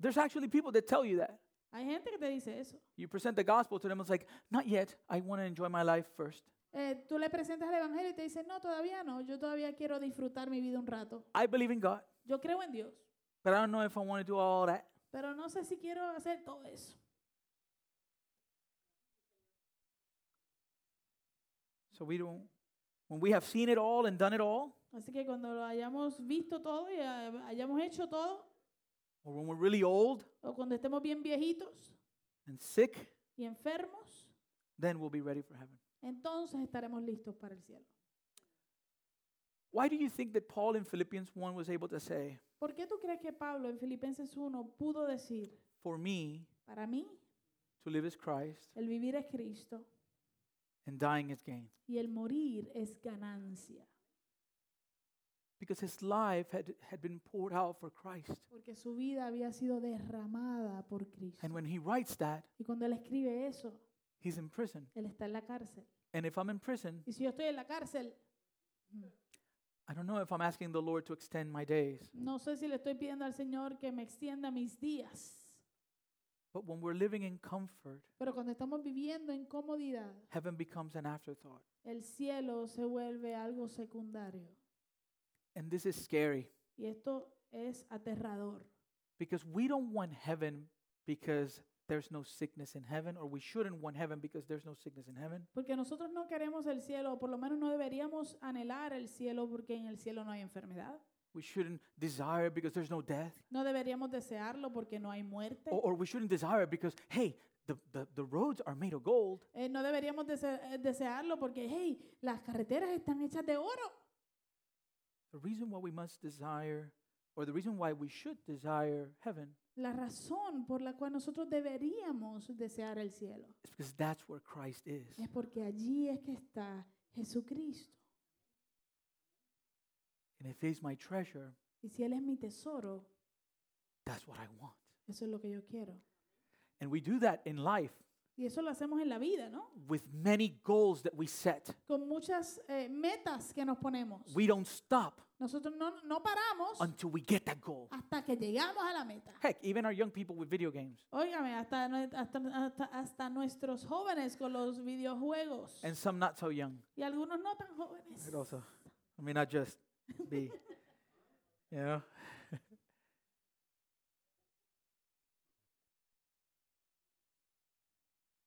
S2: There's actually people that tell you that.
S1: Hay gente que te dice eso.
S2: You present the gospel to them, it's like, not yet. I want to enjoy my life first.
S1: Eh, tú le presentas el Evangelio y te dice, no, todavía no, yo todavía quiero disfrutar mi vida un rato.
S2: I believe in God,
S1: Yo creo en Dios,
S2: but I don't know if I want to do all that.
S1: pero no sé si quiero hacer todo eso.
S2: So we don't when we have seen it all and done it all,
S1: Así que cuando lo hayamos visto todo y eh, hayamos hecho todo,
S2: or when we're really old
S1: o cuando estemos bien viejitos
S2: and sick,
S1: y enfermos,
S2: then we'll be ready for heaven.
S1: entonces estaremos listos para el cielo.
S2: Why do you think that Paul in Philippians 1 was able to say,
S1: ¿Por qué tú crees que Pablo en Filipenses 1 pudo decir,
S2: For me
S1: para mí,
S2: to live is Christ
S1: el vivir es Cristo
S2: and dying is gain?
S1: y el morir es ganancia?
S2: Because his life had, had been poured out for Christ.
S1: Porque su vida había sido derramada por Cristo.
S2: And when he writes that,
S1: Y cuando él escribe eso,
S2: he's in prison.
S1: él está en la cárcel.
S2: And if I'm in prison,
S1: Y si yo estoy en la cárcel,
S2: I don't know if I'm asking the Lord to extend my days.
S1: no sé si le estoy pidiendo al Señor que me extienda mis días.
S2: But when we're living in comfort,
S1: Pero cuando estamos viviendo en comodidad,
S2: heaven becomes an afterthought.
S1: el cielo se vuelve algo secundario.
S2: And this is scary
S1: Y esto es aterrador.
S2: because we don't want heaven because there's no sickness in heaven, or we shouldn't want heaven because there's no sickness in heaven.
S1: Porque nosotros no queremos el cielo, o por lo menos no deberíamos anhelar el cielo porque en el cielo no hay enfermedad.
S2: We shouldn't desire it because there's no death,
S1: No deberíamos desearlo porque no hay muerte.
S2: or, or we shouldn't desire it because, hey, the, the, the roads are made of gold.
S1: Eh, no deberíamos dese- eh, desearlo porque, hey, las carreteras están hechas de oro.
S2: The reason why we must desire, or the reason why we should desire heaven,
S1: La razón por la cual nosotros deberíamos desear el cielo
S2: is because that's where Christ is.
S1: es porque allí es que está Jesucristo.
S2: And if He's my treasure,
S1: Y si Él es mi tesoro,
S2: that's what I want.
S1: eso es lo que yo quiero.
S2: And we do that in life
S1: Y eso lo hacemos en la vida, ¿no?
S2: with many goals that we set.
S1: Con muchas eh, metas que nos ponemos.
S2: We don't stop
S1: Nosotros no, no paramos
S2: until we get that goal.
S1: hasta que llegamos a la meta.
S2: Heck, even our young people with video games.
S1: Óigame, hasta, nue- hasta, hasta, hasta nuestros jóvenes con los videojuegos.
S2: And some not so young.
S1: Y algunos no tan jóvenes.
S2: It also, I mean, not just be, you know.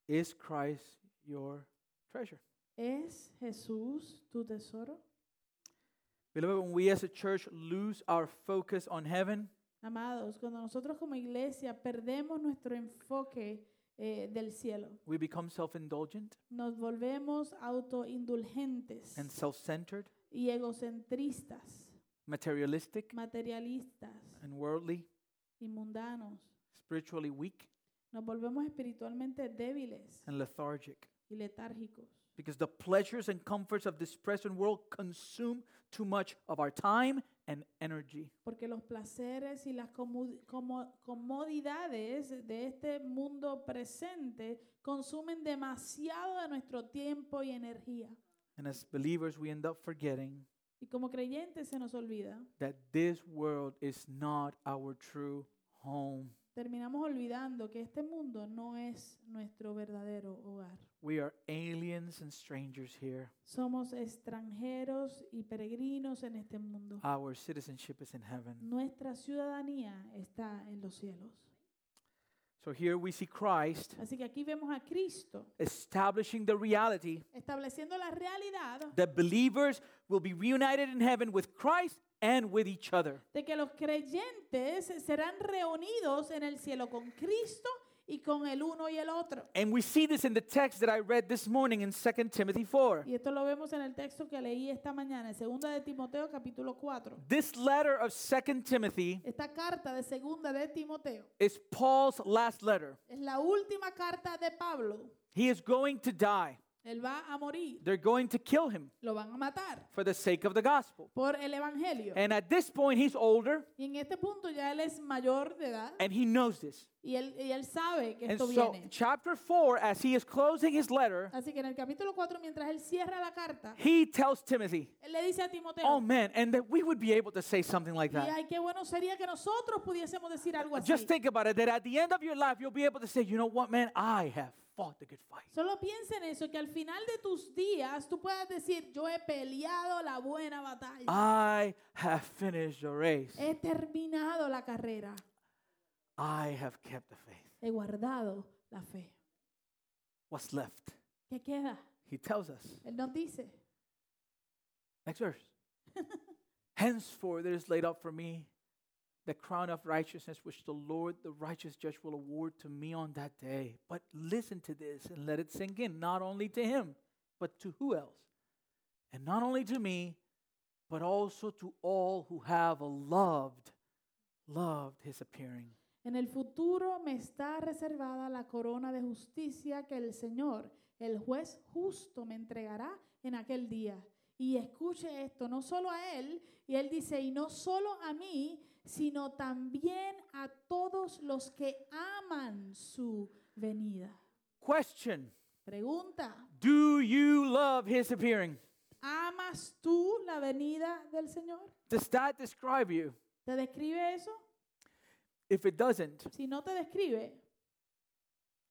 S2: Is Christ your treasure?
S1: ¿Es Jesús tu tesoro?
S2: Beloved, when we as a church lose our focus on heaven,
S1: Amados, cuando nosotros como iglesia perdemos nuestro enfoque eh, del cielo,
S2: we become self indulgent
S1: nos volvemos autoindulgentes
S2: and self centered,
S1: y egocentristas,
S2: materialistic
S1: materialistas
S2: and worldly,
S1: y mundanos.
S2: spiritually weak
S1: Nos volvemos espiritualmente débiles
S2: and lethargic.
S1: y letárgicos.
S2: Because the pleasures and comforts of this present world consume too much of our time and energy.
S1: Porque los placeres y las comu- como- comodidades de este mundo presente consumen demasiado de nuestro tiempo y energía.
S2: And as believers, we end up forgetting
S1: Y como creyentes se nos olvida.
S2: that this world is not our true home.
S1: Terminamos olvidando que este mundo no es nuestro verdadero hogar.
S2: We are aliens and strangers here.
S1: Somos extranjeros y peregrinos en este mundo.
S2: Our citizenship is in heaven.
S1: Nuestra ciudadanía está en los cielos.
S2: So here we see Christ
S1: Así que aquí vemos a Cristo
S2: establishing the reality
S1: estableciendo la realidad
S2: that believers will be reunited in heaven with Christ and with each other.
S1: de que los creyentes serán reunidos en el cielo con Cristo y con el uno y el otro.
S2: And we see this in the text that I read this morning in 2 Timothy 4.
S1: Y esto lo vemos en el texto que leí esta mañana, en 2 de Timoteo capítulo 4.
S2: This letter of 2 Timothy
S1: Esta carta de segunda de Timoteo
S2: is Paul's last letter.
S1: es la última carta de Pablo.
S2: He is going to die.
S1: Él va a morir,
S2: They're going to kill him
S1: lo van a matar
S2: for the sake of the gospel.
S1: por el evangelio.
S2: And at this point, he's older
S1: Y en este punto ya él es mayor de edad
S2: and he knows this.
S1: y él, y él sabe que
S2: And
S1: esto
S2: so,
S1: viene.
S2: chapter 4, as he is closing his letter,
S1: Así que en el capítulo 4, mientras él cierra la carta,
S2: he tells Timothy,
S1: él le dice a Timoteo,
S2: Oh man, and that we would be able to say something like
S1: Y
S2: that.
S1: ay, qué bueno sería que nosotros pudiésemos decir algo así.
S2: Just think about it that at the end of your life, you'll be able to say, You know what, man, I have fought the good fight.
S1: Solo piensa en eso, que al final de tus días tú puedas decir, yo he peleado la buena batalla.
S2: Ah. I have finished the race.
S1: He terminado la carrera.
S2: I have kept the faith.
S1: He guardado la fe.
S2: What's left?
S1: ¿Qué queda?
S2: He tells us.
S1: Él nos dice,
S2: Next verse. Henceforth there is laid up for me the crown of righteousness, which the Lord, the righteous judge, will award to me on that day. But listen to this and let it sink in, not only to him, but to who else? And not only to me, but also to all who have loved, loved his appearing.
S1: En el futuro me está reservada la corona de justicia que el Señor, el juez justo, me entregará en aquel día. Y escuche esto, no solo a él, y él dice, y no solo a mí, sino también a todos los que aman su venida.
S2: Question
S1: Pregunta,
S2: Do you love his appearing?
S1: ¿amas tú la venida del Señor?
S2: Does that describe you?
S1: ¿Te describe eso?
S2: If it doesn't,
S1: Si no te describe,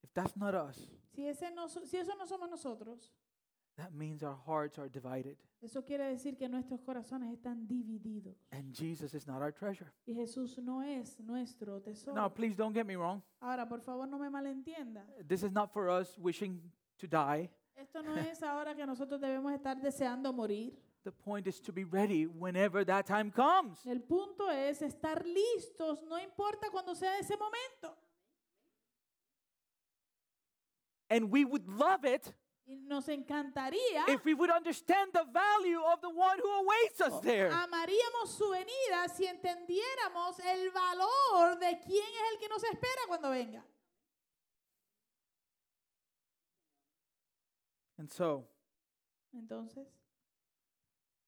S2: if that's not us,
S1: si, ese no, so- si eso no somos nosotros,
S2: that means our hearts are divided
S1: eso quiere decir que nuestros corazones están divididos.
S2: and Jesus is not our treasure.
S1: Y Jesús no es nuestro tesoro.
S2: Now, please don't get me wrong.
S1: Ahora, por favor, no me malentienda.
S2: This is not for us wishing to die.
S1: Esto no es ahora que nosotros debemos estar deseando morir.
S2: The point is to be ready whenever that time comes.
S1: El punto es estar listos, no importa cuando sea ese momento.
S2: And we would love it
S1: Y nos encantaría,
S2: if we would understand the value of the one who awaits
S1: Oh,
S2: us there.
S1: um, amaríamos su venida si entendiéramos el valor de quién es el que nos espera cuando venga.
S2: And so,
S1: Entonces,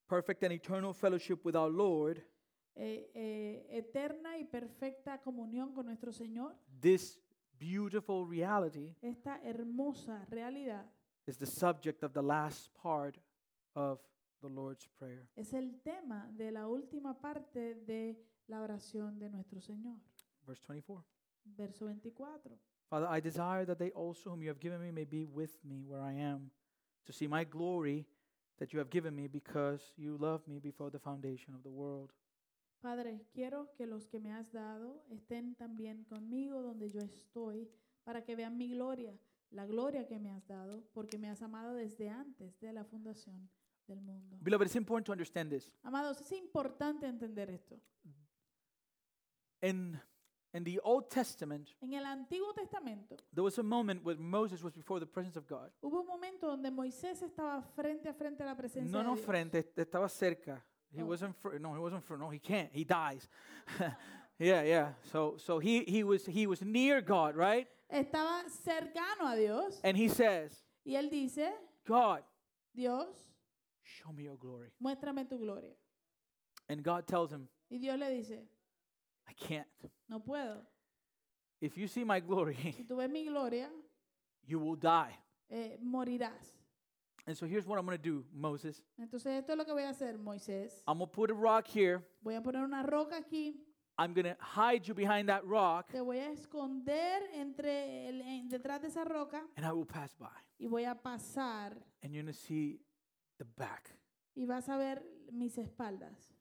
S2: perfect and eternal fellowship with our Lord,
S1: eh, eh, eterna y perfecta comunión con nuestro Señor,
S2: this beautiful reality
S1: esta hermosa realidad
S2: is the subject of the last part of the Lord's Prayer.
S1: es el tema de la última parte de la oración de nuestro Señor.
S2: Verse 24.
S1: Verso 24.
S2: Father, I desire that they also whom you have given me may be with me where I am, to see my glory that you have given me because you loved me before the foundation of the world.
S1: Padre, quiero que los que me has dado estén también conmigo donde yo estoy, para que vean mi gloria, la gloria que me has dado, porque me has amado desde antes de la fundación del mundo.
S2: Beloved, it's important to understand this.
S1: Amados, es importante entender esto.
S2: In, in the Old Testament,
S1: En el Antiguo Testamento
S2: there was a moment when Moses was before the presence of God.
S1: hubo un momento donde Moisés estaba frente a frente a la presencia
S2: No, no,
S1: de Dios.
S2: frente, estaba cerca. He
S1: Oh.
S2: wasn't, fr- no, he wasn't, fr- no, he can't, he dies. yeah, yeah. So, so he, he, was, he was near God, right?
S1: Estaba cercano a Dios
S2: And he says,
S1: y él dice,
S2: God,
S1: Dios,
S2: show me your glory.
S1: muéstrame tu gloria.
S2: And God tells him,
S1: Y Dios le dice,
S2: I can't.
S1: no puedo.
S2: If you see my glory,
S1: Si tú ves mi gloria,
S2: you will die.
S1: eh, morirás.
S2: And so here's what I'm going to do, Moses.
S1: Entonces esto es lo que voy a hacer, Moisés.
S2: I'm going to put a rock here.
S1: Voy a poner una roca aquí,
S2: I'm going to hide you behind that rock,
S1: te voy a esconder entre el- en- detrás de esa roca
S2: and I will pass by.
S1: y voy a pasar
S2: And you're going to see the back.
S1: y vas a ver mis espaldas.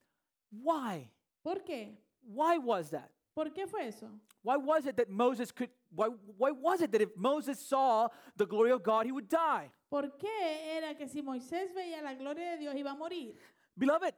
S2: Why?
S1: ¿Por qué?
S2: Why was that?
S1: ¿Por qué fue eso?
S2: Why was it that Moses could? Why, why was it that if Moses saw the glory of God, he would die?
S1: ¿Por qué era que si Moisés veía la gloria de Dios iba a morir?
S2: Beloved,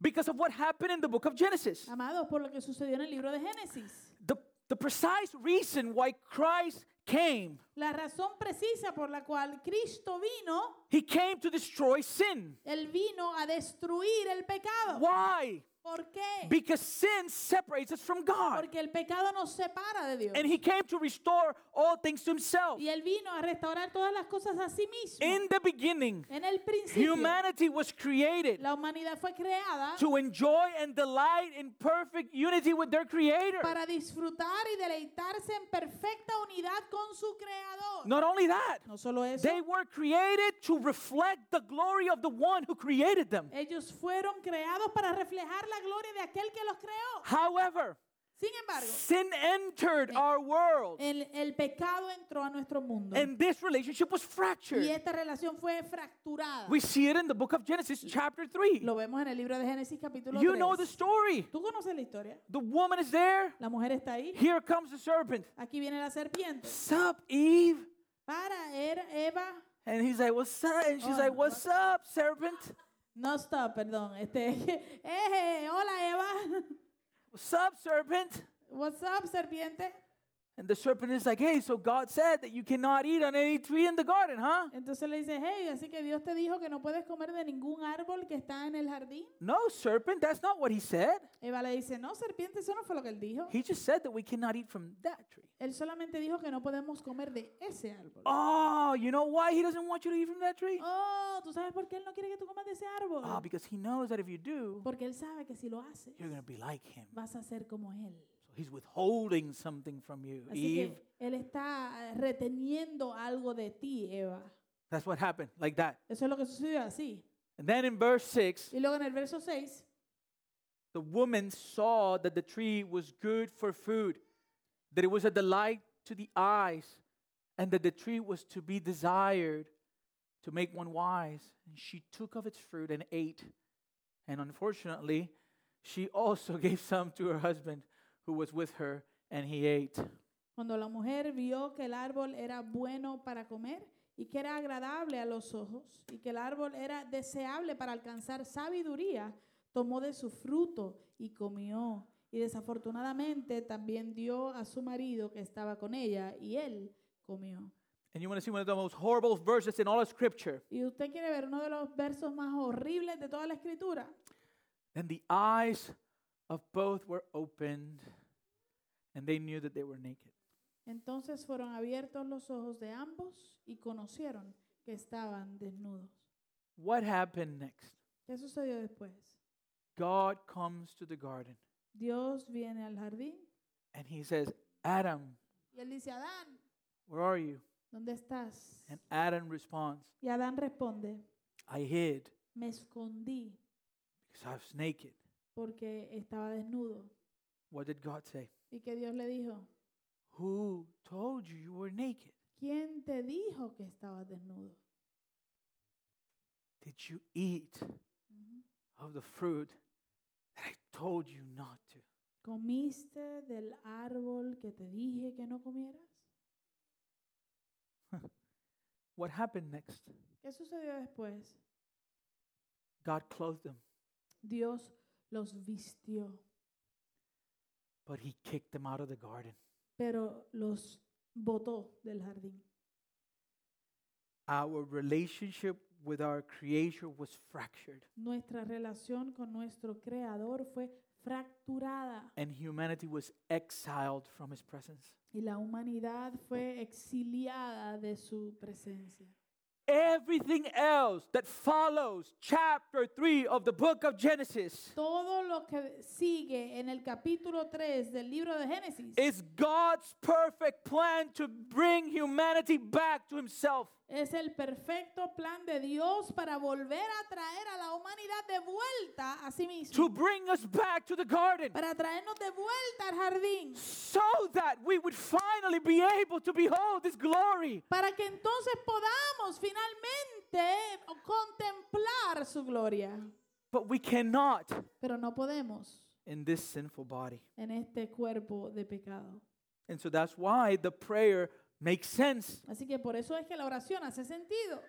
S2: because of what happened in the book of Genesis.
S1: Amados, por lo que sucedió en el libro de Génesis.
S2: The, the precise reason why Christ came,
S1: La razón precisa por la cual Cristo vino,
S2: he came to destroy sin.
S1: Él vino a destruir el pecado.
S2: Why?
S1: ¿Por qué?
S2: Because sin separates us from God.
S1: Porque el pecado nos separa de Dios.
S2: And he came to restore all things to himself.
S1: Y Él vino a restaurar todas las cosas a sí mismo.
S2: In the beginning,
S1: en el principio,
S2: humanity was created
S1: la humanidad fue creada
S2: to enjoy and delight in perfect unity with their creator.
S1: para disfrutar y deleitarse en perfecta unidad con su Creador.
S2: Not only that,
S1: No solo eso,
S2: They were created to reflect the glory of the one who created them.
S1: ellos fueron creados para reflejar la gloria de aquel que los creó.
S2: However,
S1: Sin embargo,
S2: sin entered our world,
S1: el, el pecado entró a nuestro mundo
S2: and this relationship was
S1: y
S2: fractured.
S1: esta relación fue fracturada.
S2: We see it in the book of Genesis, chapter 3.
S1: Lo vemos en el libro de Génesis capítulo
S2: You know the
S1: 3.
S2: story.
S1: ¿Tú conoces la historia?
S2: The woman is there.
S1: La mujer está ahí.
S2: Here comes the serpent.
S1: Aquí viene la serpiente.
S2: Sup, Eve?
S1: Para Er- Eva,
S2: And he's like, What's up? And she's
S1: Oh,
S2: like,
S1: no.
S2: What's up, serpent?
S1: no stop, perdón. Este, eh, hola Eva,
S2: What's up, serpent?
S1: what's up serpiente?
S2: And the serpent is like, hey, so God said that you cannot eat on any tree in the garden, huh?
S1: Entonces le dice, hey, así que Dios te dijo que no puedes comer de ningún árbol que está en el jardín.
S2: No, serpent, that's not what he said.
S1: Eva le dice, no, serpiente, eso no fue lo que él dijo.
S2: He just said that we cannot eat from that tree.
S1: Él solamente dijo que no podemos comer de ese árbol.
S2: Oh, you know why he doesn't want you to eat from that tree?
S1: Oh, ¿tú sabes por qué él no quiere que tú comas de ese árbol?
S2: Oh, because he knows that if you do,
S1: Porque él sabe que si lo haces,
S2: you're going to be like him.
S1: vas a ser como él.
S2: So he's withholding something from you,
S1: Así
S2: Eve.
S1: que él está eh, reteniendo algo de ti, Eva.
S2: That's what happened, like that.
S1: Eso es lo que sucedió así.
S2: And then in verse 6,
S1: Y luego en el verso 6,
S2: the woman saw that the tree was good for food, that it was a delight to the eyes, and that the tree was to be desired to make one wise. And she took of its fruit and ate. And unfortunately, she also gave some to her husband who was with her, and he ate.
S1: Cuando la mujer vio que el árbol era bueno para comer y que era agradable a los ojos y que el árbol era deseable para alcanzar sabiduría, tomó de su fruto y comió. Y desafortunadamente también dio a su marido que estaba con ella y él comió.
S2: And you want to see one of the most horrible verses in all of Scripture.
S1: Y usted quiere ver uno de los versos más horribles de toda la escritura.
S2: Then the eyes of both were opened, and they knew that they were naked.
S1: Entonces fueron abiertos los ojos de ambos y conocieron que estaban desnudos.
S2: What happened next?
S1: ¿Qué sucedió después?
S2: God comes to the garden
S1: Dios viene al jardín
S2: and he says, Adam,
S1: Y él dice, Adán,
S2: where are you?
S1: ¿dónde estás?
S2: And Adam responds,
S1: Y Adán responde,
S2: I hid
S1: me escondí
S2: because I was naked.
S1: porque estaba desnudo.
S2: What did God say?
S1: Y que Dios le dijo,
S2: Who told you you were naked?
S1: ¿quién te dijo que estabas desnudo?
S2: Did you eat
S1: Ujú.
S2: of the fruit that I told you not to?
S1: ¿Comiste del árbol que te dije que no comieras?
S2: What happened next?
S1: ¿Qué sucedió después?
S2: God clothed them,
S1: Dios los vistió,
S2: but he kicked them out of the garden,
S1: pero los botó del jardín.
S2: our relationship with our Creator was fractured,
S1: Nuestra relación con nuestro Creador fue fracturada
S2: and humanity was exiled from His presence.
S1: y la humanidad fue exiliada de su presencia.
S2: Everything else that follows chapter 3 of the book of Genesis
S1: Todo lo que sigue en el capítulo 3 del libro de Génesis
S2: is God's perfect plan to bring humanity back to Himself.
S1: es el perfecto plan de Dios para volver a traer a la humanidad de vuelta a sí
S2: To
S1: mismo,
S2: bring us back to the garden
S1: para traernos de vuelta al jardín,
S2: so that we would finally be able to behold His glory.
S1: para que entonces podamos finalmente contemplar su gloria.
S2: But we cannot
S1: Pero no podemos
S2: in this sinful body.
S1: en este cuerpo de pecado.
S2: And so that's why the prayer makes sense.
S1: Así que por eso es que la oración hace sentido.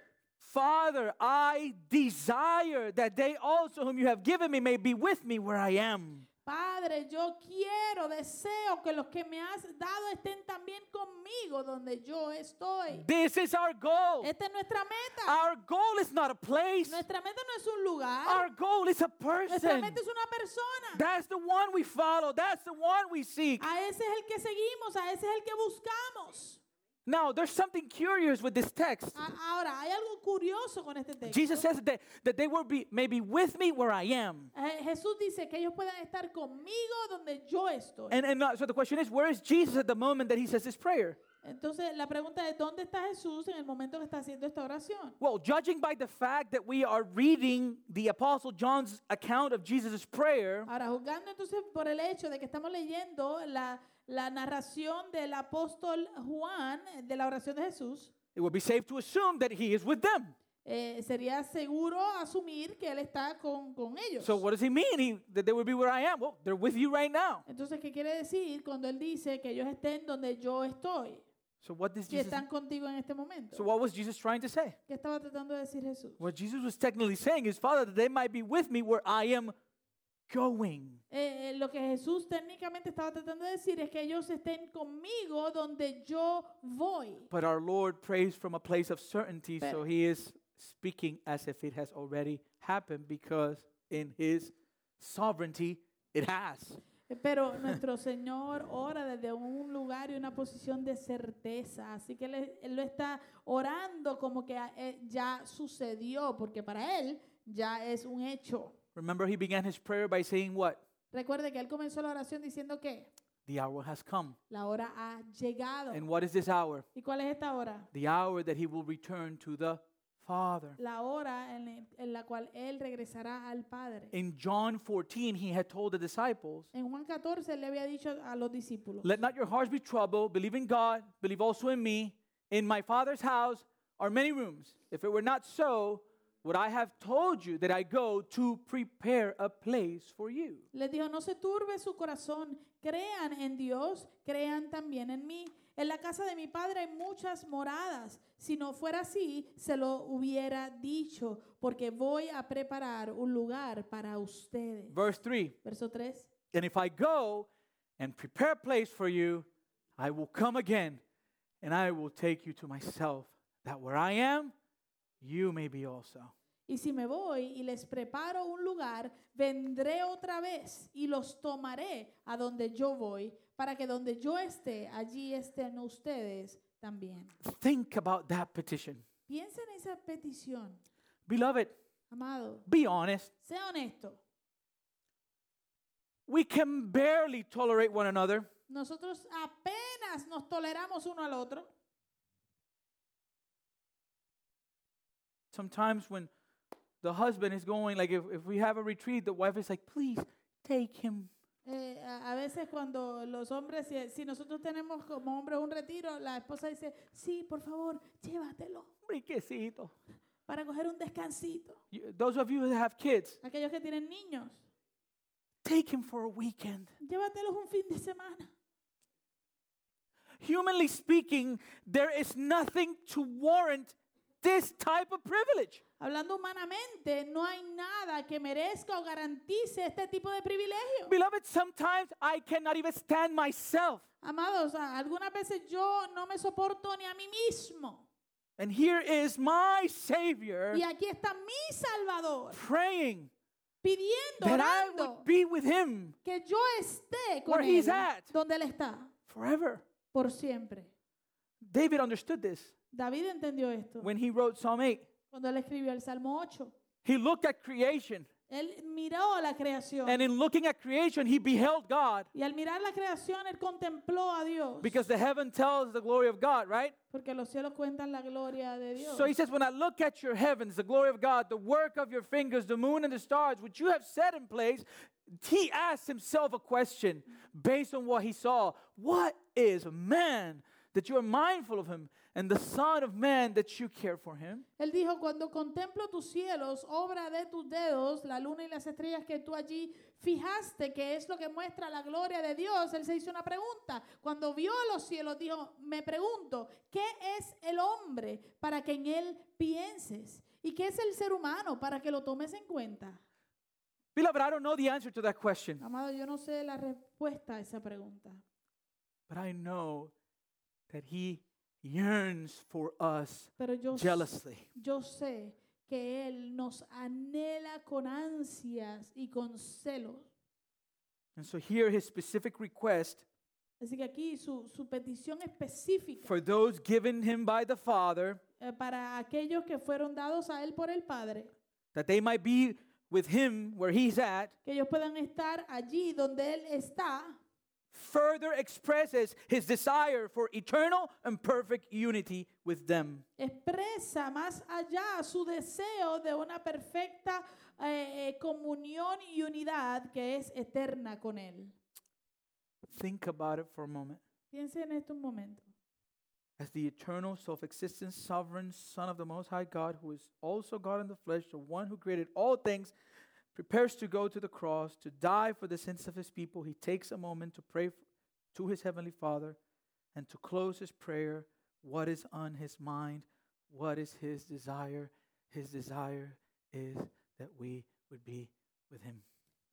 S2: Father, I desire that they also whom you have given me may be with me where I am.
S1: Padre, yo quiero, deseo que los que me has dado estén también conmigo donde yo estoy.
S2: This is our goal.
S1: Esta es nuestra meta.
S2: Our goal is not a place.
S1: Nuestra meta no es un lugar.
S2: Our goal is a
S1: Nuestra
S2: person.
S1: meta es una persona.
S2: That's the one we follow. That's the one we seek.
S1: A ese es el que seguimos, a ese es el que buscamos.
S2: Now, there's something curious with this text.
S1: A- ahora, hay algo curioso con este texto.
S2: Jesus says that, that they will be maybe with me where I am.
S1: Eh, Jesús dice que ellos puedan estar conmigo donde yo estoy.
S2: And, and uh, so the question is, where is Jesus at the moment that he says this prayer?
S1: Entonces, la pregunta es, ¿dónde está Jesús en el momento que está haciendo esta oración?
S2: Well, judging by the fact that we are reading the Apostle John's account of Jesus' prayer,
S1: Ahora, juzgando entonces por el hecho de que estamos leyendo la, la narración del apóstol Juan eh, de la oración de Jesús,
S2: it would be safe to assume that he is with them.
S1: eh, sería seguro asumir que él está con, con ellos.
S2: So what does he mean? He, that they would be where I am. Well, they're with you right now.
S1: entonces, ¿qué quiere decir cuando él dice que ellos estén donde yo estoy?
S2: So what does
S1: Que
S2: Jesus?
S1: están contigo en este momento.
S2: So what was Jesus trying to say?
S1: ¿Qué estaba tratando de decir Jesús?
S2: What Jesus was technically saying is, Father, that they might be with me where I am going.
S1: Eh, eh, lo que Jesús técnicamente estaba tratando de decir es que ellos estén conmigo donde yo voy.
S2: But our Lord prays from a place of certainty,
S1: Pero-
S2: so he is speaking as if it has already happened because in his sovereignty it has.
S1: Eh, Pero nuestro Señor ora desde un lugar y una posición de certeza. Así que él, es- él lo está orando como que ah, eh, ya sucedió, porque para Él ya es un hecho.
S2: Remember, he began his prayer by saying, What?
S1: Recuerde que Él comenzó la oración diciendo que
S2: The hour has come.
S1: la hora ha llegado.
S2: And what is this hour?
S1: ¿Y cuál es esta hora?
S2: The hour that he will return to the Father.
S1: La hora en, la- en la cual Él regresará al Padre.
S2: In John 14, he had told the disciples,
S1: En Juan 14 le había dicho a los discípulos,
S2: Let not your hearts be troubled. Believe in God. Believe also in me. In my Father's house are many rooms. If it were not so, would I have told you that I go to prepare a place for you?
S1: Les dijo, no se turbe su corazón, crean en Dios, crean también en mí. En la casa de mi padre hay muchas moradas. Si no fuera así, se lo hubiera dicho, porque voy a preparar un lugar para ustedes.
S2: Verse 3
S1: Verso 3.
S2: And if I go and prepare a place for you, I will come again and I will take you to myself, that where I am, you may be also.
S1: Y si me voy y les preparo un lugar, vendré otra vez y los tomaré a donde yo voy, para que donde yo esté, allí estén ustedes también.
S2: Think about that petition.
S1: Piensa en esa petición,
S2: Beloved,
S1: amado.
S2: be honest.
S1: Sea honesto.
S2: We can barely tolerate one another.
S1: Nosotros apenas nos toleramos uno al otro.
S2: sometimes when the husband is going like if, if we have a retreat the wife is like please take him
S1: Eh, a, a veces cuando los hombres, si, si nosotros tenemos como hombres un retiro, la esposa dice, sí, por favor, llévatelo
S2: Riquecito.
S1: para coger un descansito.
S2: You- those of you who have kids
S1: Aquellos que tienen niños,
S2: take him for a weekend
S1: llévatelos un fin de semana.
S2: humanly speaking there is nothing to warrant this type of privilege
S1: Hablando humanamente, no hay nada que merezca o garantice este tipo de privilegio.
S2: beloved sometimes i cannot even stand myself
S1: Amados, a- algunas veces yo no me soporto ni a mí mismo.
S2: and here is my savior
S1: Y aquí está mi Salvador
S2: praying
S1: pidiendo,
S2: that i
S1: orando.
S2: would be with him
S1: que yo esté con
S2: Where he's
S1: él
S2: at.
S1: donde él está
S2: forever
S1: por siempre.
S2: david understood this
S1: David entendió esto
S2: when he wrote psalm 8
S1: cuando él escribió el Salmo 8.
S2: he looked at creation
S1: Él miró la creación
S2: And in looking at creation, he beheld God
S1: y al mirar la creación él contempló a Dios
S2: because the heaven tells the glory of God, right?
S1: porque los cielos cuentan la gloria de Dios.
S2: So he says, When I look at your heavens, the glory of God, the work of your fingers, the moon and the stars, which you have set in place, he asked himself a question based on what he saw What is man that you are mindful of him, and the Son of Man that you care for him?
S1: Él dijo, cuando contemplo tus cielos, obra de tus dedos, la luna y las estrellas que tú allí fijaste, que es lo que muestra la gloria de Dios, él se hizo una pregunta. Cuando vio los cielos, dijo, me pregunto, ¿qué es el hombre para que en él pienses? ¿Y qué es el ser humano para que lo tomes en cuenta?
S2: Beloved, I don't know the answer to that question,
S1: Amado, yo no sé la respuesta a esa pregunta,
S2: but I know that he yearns for us
S1: pero yo,
S2: jealously.
S1: yo sé que él nos anhela con ansias y con celos.
S2: And so here his specific request
S1: Así que aquí su, su petición específica
S2: for those given him by the Father,
S1: eh, para aquellos que fueron dados a él por el Padre,
S2: that they might be with him where he's at,
S1: que ellos puedan estar allí donde él está,
S2: further expresses his desire for eternal and perfect unity with them.
S1: expresa más allá su deseo de una perfecta eh, eh, comunión y unidad que es eterna con él.
S2: Think about it for a moment.
S1: Piensen en esto un momento.
S2: As the eternal, self existent, sovereign Son of the Most High God, who is also God in the flesh, the one who created all things, prepares to go to the cross to die for the sins of his people, he takes a moment to pray f- to his Heavenly Father and to close his prayer. What is on his mind? What is his desire? His desire is that we would be with him.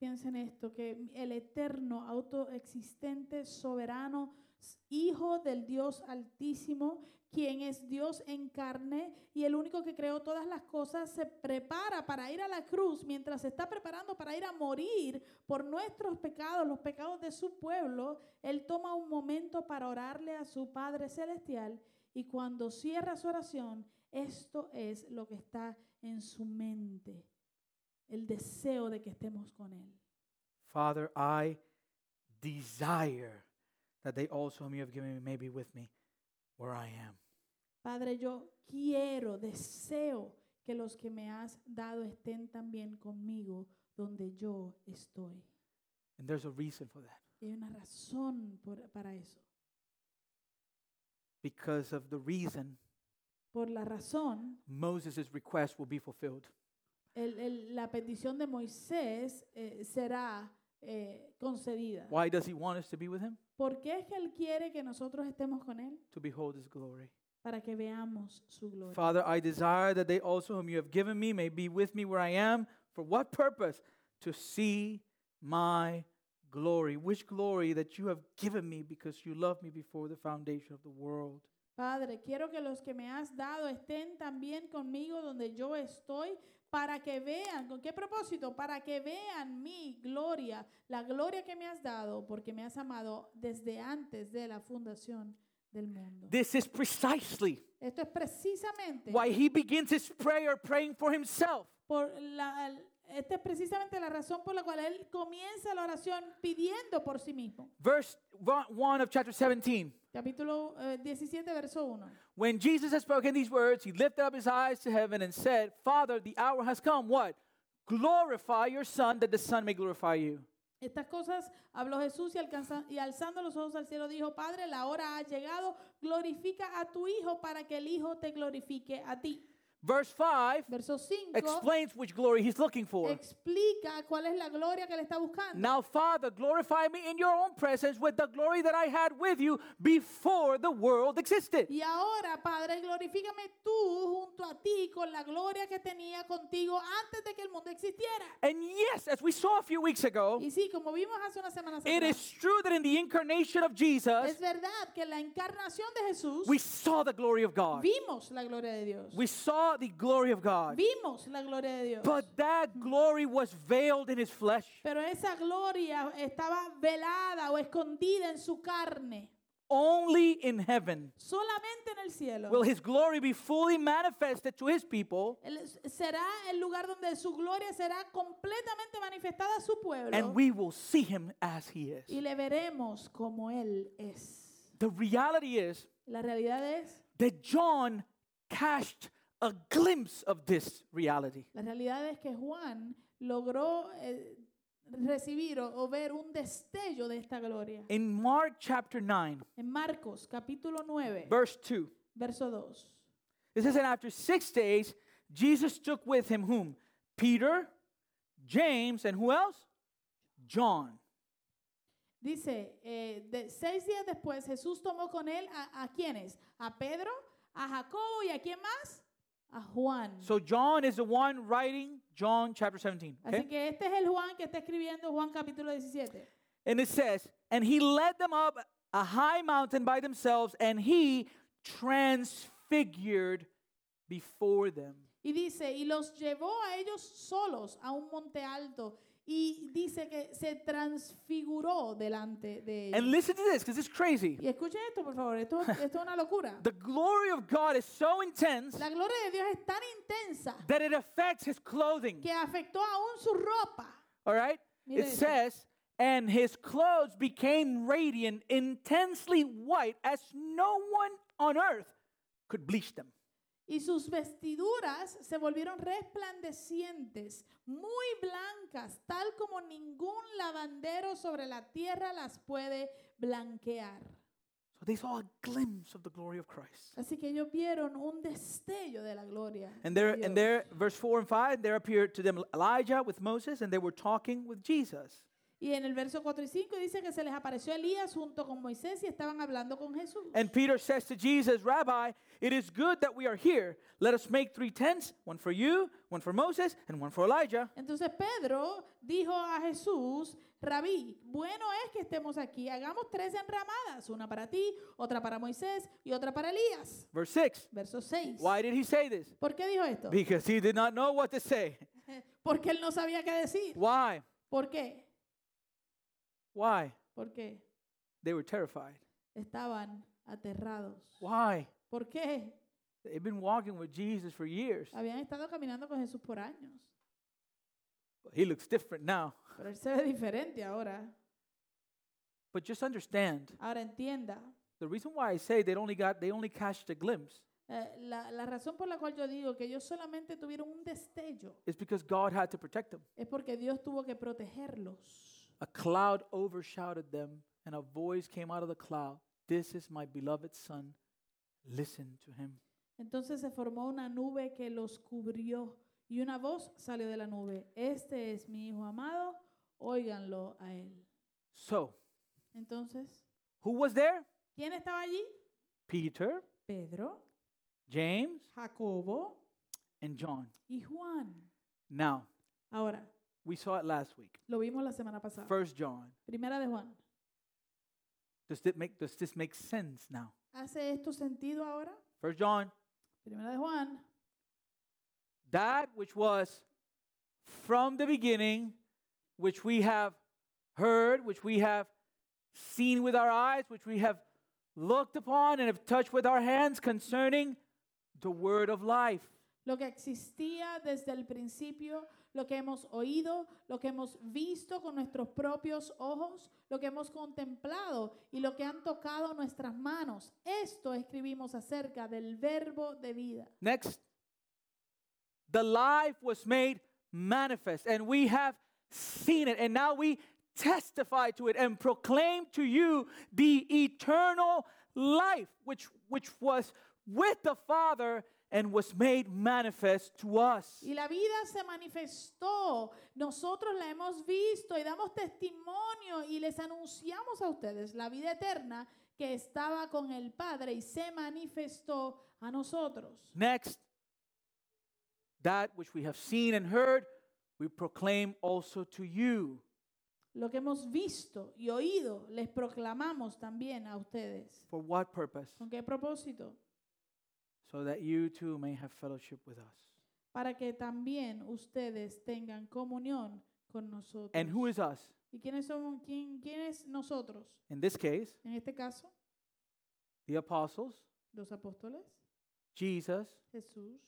S1: Piensa en esto, que el eterno, autoexistente, soberano, s- hijo del Dios altísimo, quien es Dios en carne y el único que creó todas las cosas, se prepara para ir a la cruz mientras se está preparando para ir a morir por nuestros pecados, los pecados de su pueblo. Él toma un momento para orarle a su Padre Celestial y cuando cierra su oración, esto es lo que está en su mente el deseo de que estemos con Él.
S2: Father, I desire that they also whom you have given me may be with me where I am.
S1: Padre, yo quiero, deseo que los que me has dado estén también conmigo donde yo estoy.
S2: And there's a reason for that.
S1: Y hay una razón por- para eso.
S2: Because of the reason,
S1: Por la razón,
S2: Moses' request will be fulfilled.
S1: el- el- la petición de Moisés eh, será eh, concedida.
S2: Why does he want us to be with him?
S1: ¿Por qué es que Él quiere que nosotros estemos con Él?
S2: To behold his glory.
S1: Para que veamos su gloria.
S2: Father, I desire that they also whom you have given me may be with me where I am. For what purpose? To see my glory. Which glory that you have given me because you loved me before the foundation of the world.
S1: Padre, quiero que los que me has dado estén también conmigo donde yo estoy para que vean, ¿con qué propósito? Para que vean mi gloria, la gloria que me has dado, porque me has amado desde antes de la fundación del mundo.
S2: This is precisely
S1: Esto es precisamente
S2: why he begins his prayer praying for himself.
S1: por la el- esta es precisamente la razón por la cual él comienza la oración pidiendo por sí mismo.
S2: Verse 1 of chapter 17.
S1: Capítulo eh, 17, verso 1.
S2: When Jesus had spoken these words, he lifted up his eyes to heaven and said, Father, the hour has come. What? Glorify your Son, that the Son may glorify you.
S1: Estas cosas habló Jesús y, alcanza- y alzando los ojos al cielo dijo, Padre, la hora ha llegado, glorifica a tu Hijo para que el Hijo te glorifique a ti.
S2: Verse 5
S1: Verso 5
S2: explains which glory he's looking for.
S1: explica cuál es la gloria que le está buscando.
S2: Now, Father, glorify me in your own presence with the glory that I had with you before the world existed.
S1: Y ahora, Padre, glorifícame tú junto a ti con la gloria que tenía contigo antes de que el mundo existiera.
S2: And yes, as we saw a few weeks ago,
S1: Y sí, como vimos hace unas semanas
S2: it
S1: atrás,
S2: is true that in the incarnation of Jesus,
S1: es verdad que en la encarnación de Jesús
S2: we saw the glory of God.
S1: vimos la gloria de Dios.
S2: We saw the glory of God.
S1: Vimos la gloria de Dios.
S2: But that glory was veiled in his flesh.
S1: Pero esa gloria estaba velada o escondida en su carne.
S2: Only in heaven
S1: Solamente en el cielo.
S2: will his glory be fully manifested to his people,
S1: El- será el lugar donde su gloria será completamente manifestada a su pueblo.
S2: and we will see him as he is.
S1: y le veremos como Él es.
S2: The reality is
S1: La realidad es,
S2: that John cast a glimpse of this reality.
S1: la realidad es que Juan logró eh, recibir o, o ver un destello de esta gloria.
S2: In Mark chapter 9,
S1: En Marcos capítulo 9,
S2: verse 2,
S1: verso 2.
S2: it says, And after six days, Jesus took with him whom? Peter, James, and who else? John.
S1: Dice, eh, de- seis días después Jesús tomó con él a, a quiénes? A Pedro, a Jacobo y a quién más? A Juan.
S2: So John is the one writing John chapter 17.
S1: Así
S2: Okay?
S1: que este es el Juan que está escribiendo Juan capítulo 17.
S2: And it says, And he led them up a high mountain by themselves, and he transfigured before them.
S1: Y dice, y los llevó a ellos solos a un monte alto. Y dice que se transfiguró delante de
S2: And
S1: ellos.
S2: listen to this, because it's crazy.
S1: Y escuchen esto, por favor, esto, esto es una locura.
S2: The glory of God is so intense
S1: La gloria de Dios es tan intensa
S2: that it affects his clothing.
S1: que afectó aún su ropa.
S2: All right?
S1: Mira
S2: It
S1: eso.
S2: says, and his clothes became radiant, intensely white, as no one on earth could bleach them.
S1: Y sus vestiduras se volvieron resplandecientes, muy blancas, tal como ningún lavandero sobre la tierra las puede blanquear.
S2: So they saw a glimpse of the glory of Christ.
S1: Así que ellos vieron un destello de la gloria.
S2: And
S1: de
S2: there,
S1: Dios.
S2: and there, verse 4 and 5, there appeared to them Elijah with Moses, and they were talking with Jesus.
S1: Y en el verso 4 y 5 dice que se les apareció Elías junto con Moisés y estaban hablando con Jesús.
S2: And Peter says to Jesus, Rabbi, it is good that we are here. Let us make three tents one for you, one for Moses, and one for Elijah.
S1: Entonces Pedro dijo a Jesús, Rabí, bueno es que estemos aquí, hagamos tres enramadas, una para ti, otra para Moisés y otra para Elías.
S2: Verse 6.
S1: Verso 6.
S2: Why did he say this?
S1: ¿Por qué dijo esto?
S2: Because he did not know what to say.
S1: Porque él no sabía qué decir.
S2: Why?
S1: ¿Por qué?
S2: Why?
S1: Porque
S2: They were terrified.
S1: estaban aterrados.
S2: Why?
S1: ¿Por qué?
S2: They've been walking with Jesus for years.
S1: Habían estado caminando con Jesús por años.
S2: But he looks different now.
S1: Pero él se ve diferente ahora.
S2: But just understand
S1: Ahora entienda.
S2: the reason why I say they only got they only catched a glimpse
S1: eh, la, la razón por la cual yo digo que ellos solamente tuvieron un destello
S2: is because God had to protect them.
S1: es porque Dios tuvo que protegerlos.
S2: A cloud overshadowed them, and a voice came out of the cloud. This is my beloved son. Listen to him.
S1: Entonces se formó una nube que los cubrió y una voz salió de la nube. Este es mi hijo amado, óiganlo a él.
S2: So,
S1: Entonces,
S2: who was there?
S1: ¿quién estaba allí?
S2: Peter,
S1: Pedro,
S2: James,
S1: Jacobo
S2: and John.
S1: y Juan.
S2: Now,
S1: Ahora,
S2: we saw it last week.
S1: lo vimos la semana pasada.
S2: First John.
S1: Primera de Juan.
S2: Does this make does this make sense now?
S1: ¿Hace esto sentido ahora?
S2: First John,
S1: Primera de Juan.
S2: that which was from the beginning, which we have heard, which we have seen with our eyes, which we have looked upon and have touched with our hands concerning the word of life.
S1: Lo que existía desde el principio, lo que hemos oído, lo que hemos visto con nuestros propios ojos, lo que hemos contemplado y lo que han tocado nuestras manos. Esto escribimos acerca del verbo de vida.
S2: Next, the life was made manifest, and we have seen it, and now we testify to it and proclaim to you the eternal life which which was with the Father and was made manifest to us.
S1: Y la vida se manifestó, nosotros la hemos visto y damos testimonio y les anunciamos a ustedes la vida eterna que estaba con el Padre y se manifestó a nosotros.
S2: Next, that which we have seen and heard, we proclaim also to you.
S1: Lo que hemos visto y oído les proclamamos también a ustedes.
S2: For what purpose?
S1: ¿Con qué propósito?
S2: So that you too may have fellowship with us.
S1: Para que también ustedes tengan comunión con nosotros.
S2: And who is us?
S1: ¿Y quiénes somos? ¿Quién, quién es nosotros?
S2: In this case,
S1: En este caso,
S2: the apostles,
S1: los apóstoles,
S2: Jesus,
S1: Jesús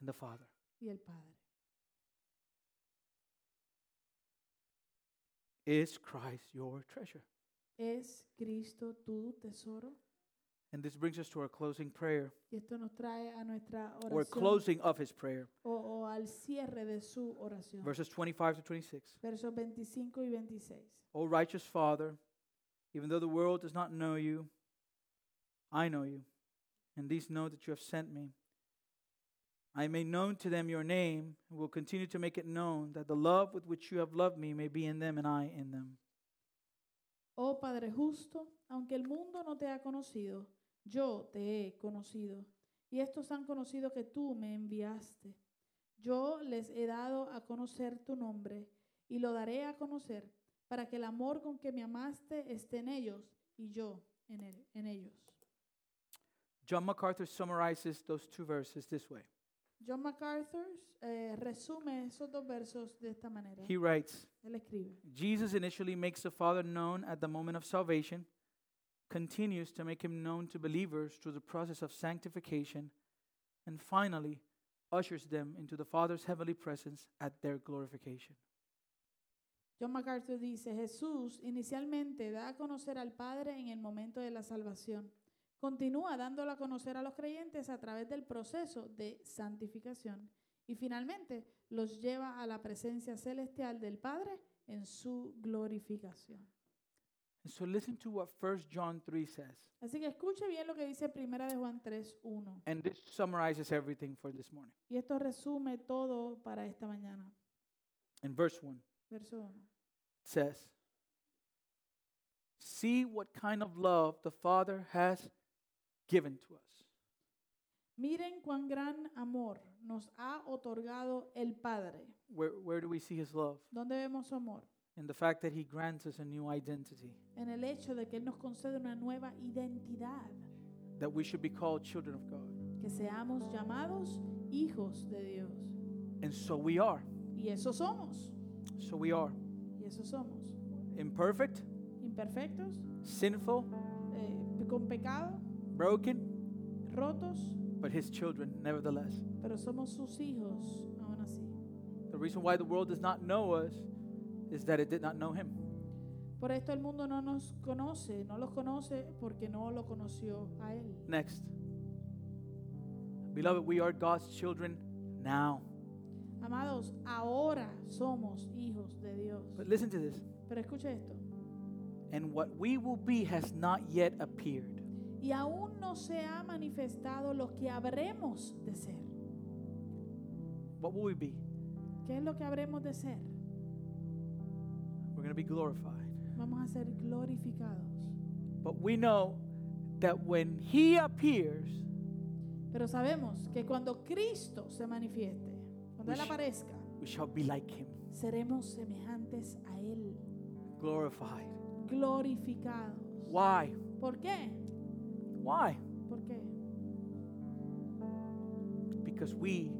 S2: and the Father.
S1: y el Padre.
S2: Is Christ your treasure?
S1: ¿Es Cristo tu tesoro?
S2: And this brings us to our closing prayer,
S1: Y esto nos trae a nuestra
S2: or
S1: oración
S2: closing of his prayer,
S1: o, o al cierre de su oración.
S2: verses 25 to 26.
S1: Versos 25 y 26.
S2: O righteous Father, even though the world does not know you, I know you, and these know that you have sent me. I made known to them your name, and will continue to make it known that the love with which you have loved me may be in them and I in them.
S1: Oh Padre justo, aunque el mundo no te ha conocido, yo te he conocido, y estos han conocido que tú me enviaste. Yo les he dado a conocer tu nombre, y lo daré a conocer, para que el amor con que me amaste esté en ellos, y yo en, el- en ellos.
S2: John MacArthur summarizes those two verses this way.
S1: John MacArthur eh, resume esos dos versos de esta manera.
S2: He writes,
S1: Él escribe.
S2: Jesus initially makes the Father known at the moment of salvation, continues to make him known to believers through the process of sanctification, and finally ushers them into the Father's heavenly presence at their glorification.
S1: John MacArthur dice, Jesús inicialmente da a conocer al Padre en el momento de la salvación. Continúa dándolo a conocer a los creyentes a través del proceso de santificación y finalmente los lleva a la presencia celestial del Padre en su glorificación.
S2: And so listen to what 1 John 3 says.
S1: Así que escuche bien lo que dice Primera de Juan 3:1
S2: And this summarizes everything for this morning.
S1: y esto resume todo para esta mañana.
S2: In verse 1,
S1: Verso 1.
S2: says. See what kind of love the Father has given to us.
S1: Miren cuán gran amor nos ha otorgado el Padre.
S2: Where, where do we see his love?
S1: ¿Dónde vemos su amor?
S2: In the fact that he grants us a new identity,
S1: En el hecho de que Él nos concede una nueva identidad,
S2: that we should be called children of God.
S1: que seamos llamados hijos de Dios.
S2: And so we are.
S1: Y eso somos,
S2: So we are.
S1: y eso somos.
S2: Imperfect,
S1: Imperfectos,
S2: sinful,
S1: eh, con pecado,
S2: broken,
S1: rotos,
S2: but his children nevertheless.
S1: pero somos sus hijos aún así.
S2: The reason why the world does not know us is that it did not know him.
S1: Por esto el mundo no nos conoce, no los conoce porque no lo conoció a Él.
S2: Next. Beloved, we are God's children now.
S1: Amados, ahora somos hijos de Dios.
S2: But listen to this.
S1: Pero escuche esto.
S2: And what we will be has not yet appeared.
S1: Y aún no se ha manifestado lo que habremos de ser.
S2: What will we be?
S1: ¿Qué es lo que habremos de ser?
S2: We're going to be glorified.
S1: Vamos a ser glorificados.
S2: But we know that when he appears,
S1: Pero sabemos que cuando Cristo se manifieste, cuando Él
S2: Ush.
S1: aparezca,
S2: we shall be like him,
S1: seremos semejantes a Él,
S2: glorified.
S1: glorificados.
S2: Why?
S1: ¿Por qué?
S2: Why?
S1: ¿Por qué?
S2: Because we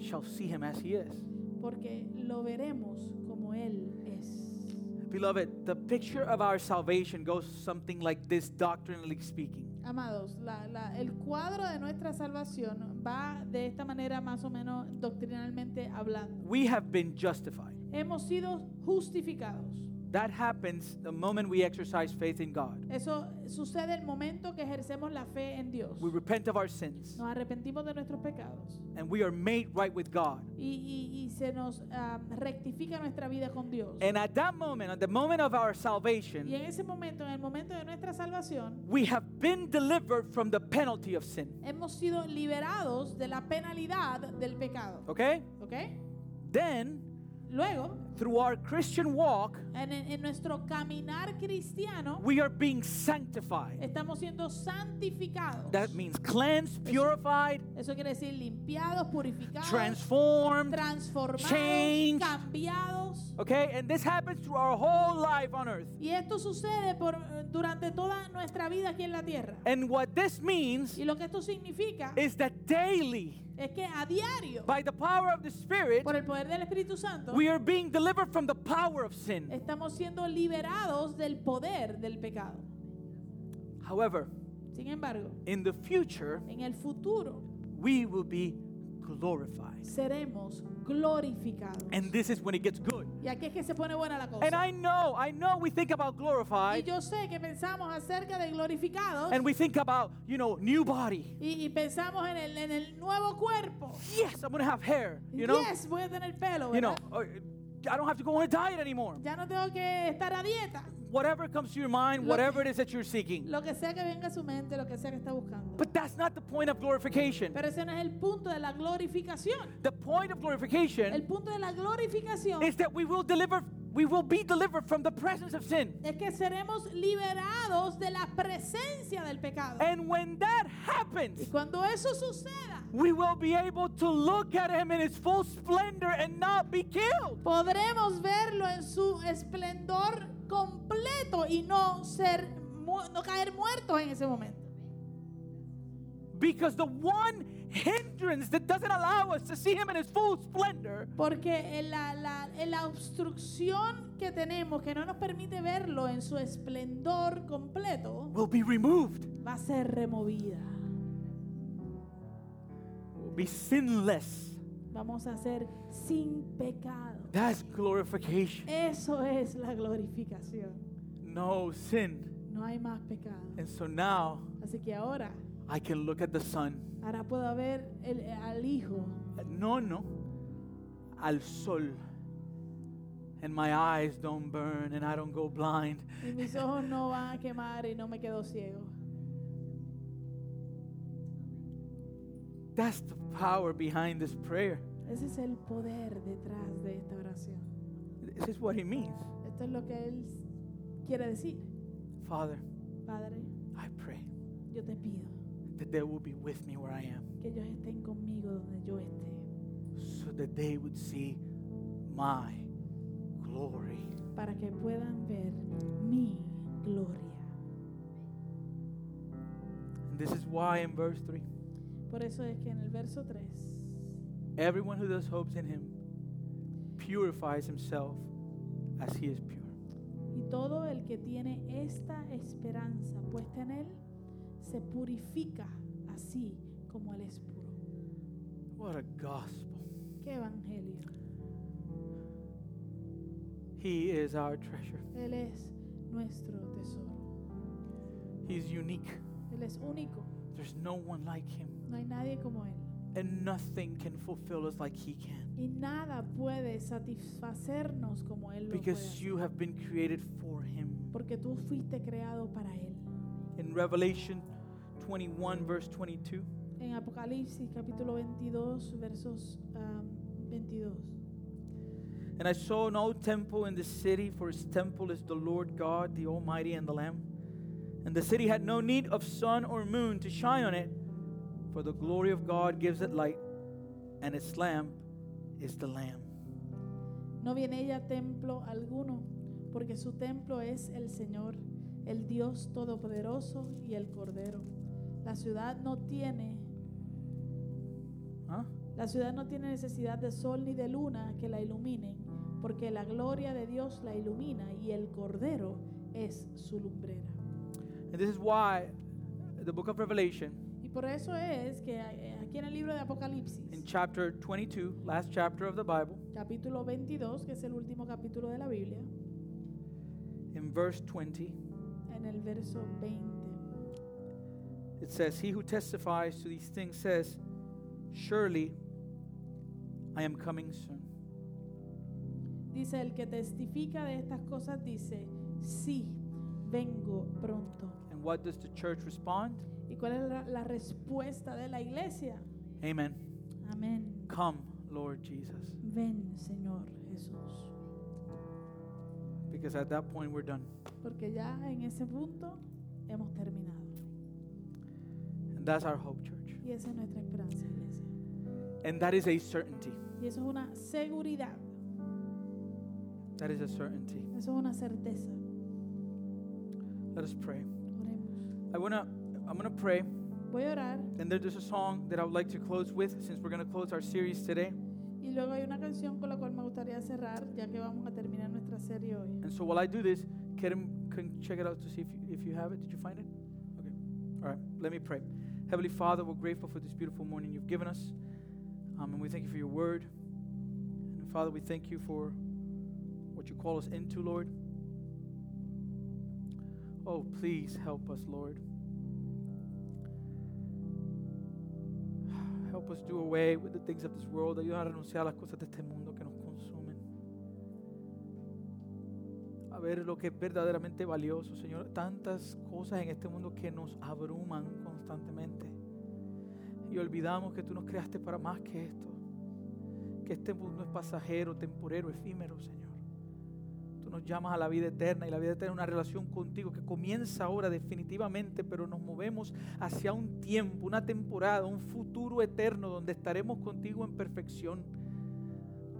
S2: shall see him as he is.
S1: Porque lo veremos como Él es.
S2: Beloved, the picture of our salvation goes something like this, doctrinally speaking.
S1: Amados, la- la- el cuadro de nuestra salvación va de esta manera más o menos doctrinalmente hablando.
S2: We have been justified.
S1: Hemos sido justificados.
S2: That happens the moment we exercise faith in God.
S1: Eso sucede el momento que ejercemos la fe en Dios.
S2: We repent of our sins
S1: Nos arrepentimos de nuestros pecados
S2: and we are made right with God.
S1: y, y- y se nos ah, rectifica nuestra vida con Dios.
S2: And at that moment, at the moment of our
S1: Y
S2: salvation,
S1: en ese momento, en el momento de nuestra salvación,
S2: we have been delivered from the penalty of sin.
S1: hemos sido liberados de la penalidad del pecado.
S2: Okay?
S1: ¿Ok?
S2: Then,
S1: Luego,
S2: through our Christian walk,
S1: en, en- en nuestro caminar cristiano,
S2: we are being sanctified.
S1: estamos siendo santificados.
S2: That means cleansed, purified,
S1: Eso quiere decir limpiados, purificados,
S2: transformed.
S1: transformados,
S2: changed.
S1: cambiados.
S2: Okay? And this happens through our whole life on earth.
S1: Y esto sucede por, durante toda nuestra vida aquí en la tierra.
S2: And what this means
S1: Y lo que esto significa
S2: is that daily,
S1: es que a diario,
S2: by the power of the Spirit,
S1: por el poder del Espíritu Santo,
S2: We are being delivered from the power of sin.
S1: estamos siendo liberados del poder del pecado.
S2: However,
S1: Sin embargo,
S2: in the future,
S1: en el futuro
S2: we will be glorified.
S1: seremos glorificados.
S2: And this is when it gets good.
S1: Y aquí es que se pone buena la
S2: And
S1: cosa.
S2: I know, I know we think about
S1: Y
S2: glorified
S1: yo sé que pensamos acerca de glorificados
S2: and we think about, you know, new body.
S1: y, y pensamos en el, en el nuevo cuerpo.
S2: Yes, I'm going to have hair, you know?
S1: yes, voy a tener pelo,
S2: You know,
S1: ¿verdad?
S2: or, I don't have to go on a diet anymore.
S1: ya no tengo que estar a dieta.
S2: Whatever comes to your mind,
S1: Lo-
S2: whatever it is that you're seeking.
S1: Lo que sea que venga a su mente, lo que sea que está buscando.
S2: But that's not the point of glorification.
S1: Pero ese no es el punto de la glorificación.
S2: The point of glorification
S1: El punto de la glorificación
S2: is that we will deliver we will be delivered from the presence of sin.
S1: es que seremos liberados de la presencia del pecado.
S2: And when that
S1: Y
S2: happens,
S1: cuando eso suceda,
S2: we will be able to look at him in his full splendor and not be killed.
S1: podremos verlo en su esplendor completo y no ser mu- no caer muertos en ese momento.
S2: Because the one hindrance that doesn't allow us to see him in his full splendor
S1: Porque en la, la- en la obstrucción que tenemos, que no nos permite verlo en su esplendor completo,
S2: will be removed,
S1: va a ser removida.
S2: will be sinless.
S1: Vamos a ser sin pecado.
S2: That's glorification.
S1: Eso es la glorificación.
S2: No sin.
S1: No hay más pecado.
S2: And so now
S1: Así que ahora,
S2: I can look at the sun.
S1: ahora puedo ver el- al Hijo.
S2: No, no. Al sol. And my eyes don't burn and I don't go blind.
S1: Y mis ojos no van a quemar y no me quedo ciego.
S2: That's the power behind this prayer.
S1: Ese es el poder detrás de esta oración.
S2: This is what he means.
S1: Esto es lo que Él quiere decir.
S2: Father,
S1: Padre,
S2: I pray
S1: yo te pido
S2: that they will be with me where I am,
S1: que ellos estén conmigo donde yo esté,
S2: so that they would see my glory.
S1: para que puedan ver mi gloria.
S2: And this is why in verse 3,
S1: Por eso es que en el verso 3
S2: everyone who thus hopes in him purifies himself as he is pure.
S1: Y todo el que tiene esta esperanza puesta en Él se purifica así como Él es puro.
S2: What a gospel.
S1: ¡Qué evangelio!
S2: He is our treasure.
S1: Él es nuestro tesoro.
S2: He's unique.
S1: Él es único.
S2: There's no one like him,
S1: No hay nadie como Él.
S2: and nothing can fulfill us like he can.
S1: Y nada puede satisfacernos como Él lo puede.
S2: Because
S1: hacer,
S2: you have been created for him.
S1: Porque tú fuiste creado para Él.
S2: In Revelation 21, verse 22,
S1: En Apocalipsis capítulo 22, versos um, 22.
S2: and I saw no temple in the city, for its temple is the Lord God, the Almighty, and the Lamb. And the city had no need of sun or moon to shine on it, for the glory of God gives it light, and its lamp is the Lamb.
S1: No viene ella templo alguno, porque su templo es el Señor, el Dios Todopoderoso y el Cordero. La ciudad no tiene,
S2: Huh?
S1: la ciudad no tiene necesidad de sol ni de luna que la iluminen, porque la gloria de Dios la ilumina y el Cordero es su lumbrera.
S2: And this is why the book of Revelation
S1: Y por eso es que eh, aquí en el libro de
S2: in
S1: Apocalipsis,
S2: chapter 22, last chapter of the Bible,
S1: capítulo 22, que es el último capítulo de la Biblia,
S2: in verse 20,
S1: en el verso 20.
S2: it says, He who testifies to these things says, Surely I am coming soon.
S1: Dice, el que testifica de estas cosas dice, sí, vengo pronto.
S2: And what does the church respond?
S1: ¿Y cuál es la, la respuesta de la iglesia?
S2: Amen.
S1: Amén.
S2: Come, Lord Jesus.
S1: Ven, Señor Jesús.
S2: Because at that point, we're done.
S1: Porque ya en ese punto hemos terminado.
S2: And that's our hope, church.
S1: Y esa es nuestra esperanza, iglesia.
S2: And that is a certainty.
S1: Y eso es una seguridad,
S2: That is a certainty.
S1: eso es una certeza.
S2: Let us pray.
S1: Oremos.
S2: I wanna, I'm gonna pray,
S1: Voy a orar
S2: and there, there's a song that I would like to close with, since we're gonna close our series today.
S1: y luego hay una canción con la cual me gustaría cerrar, ya que vamos a terminar nuestra serie hoy.
S2: And so while I do this, Kerem can check it out to see if you, if you have it. Did you find it? Okay. All right. Let me pray. Heavenly Father, we're grateful for this beautiful morning you've given us. Um, and we thank you for your word. And Father, we thank you for what you call us into, Lord. Oh, please help us, Lord. Help us do away with the things of this world. Ayúdanos a renunciar a las cosas de este mundo que nos consumen. a ver lo que es verdaderamente valioso, Señor. Tantas cosas en este mundo que nos abruman constantemente. Y olvidamos que tú nos creaste para más que esto. Que este mundo es pasajero, temporero, efímero, Señor. Tú nos llamas a la vida eterna y la vida eterna es una relación contigo que comienza ahora definitivamente, pero nos movemos hacia un tiempo, una temporada, un futuro eterno donde estaremos contigo en perfección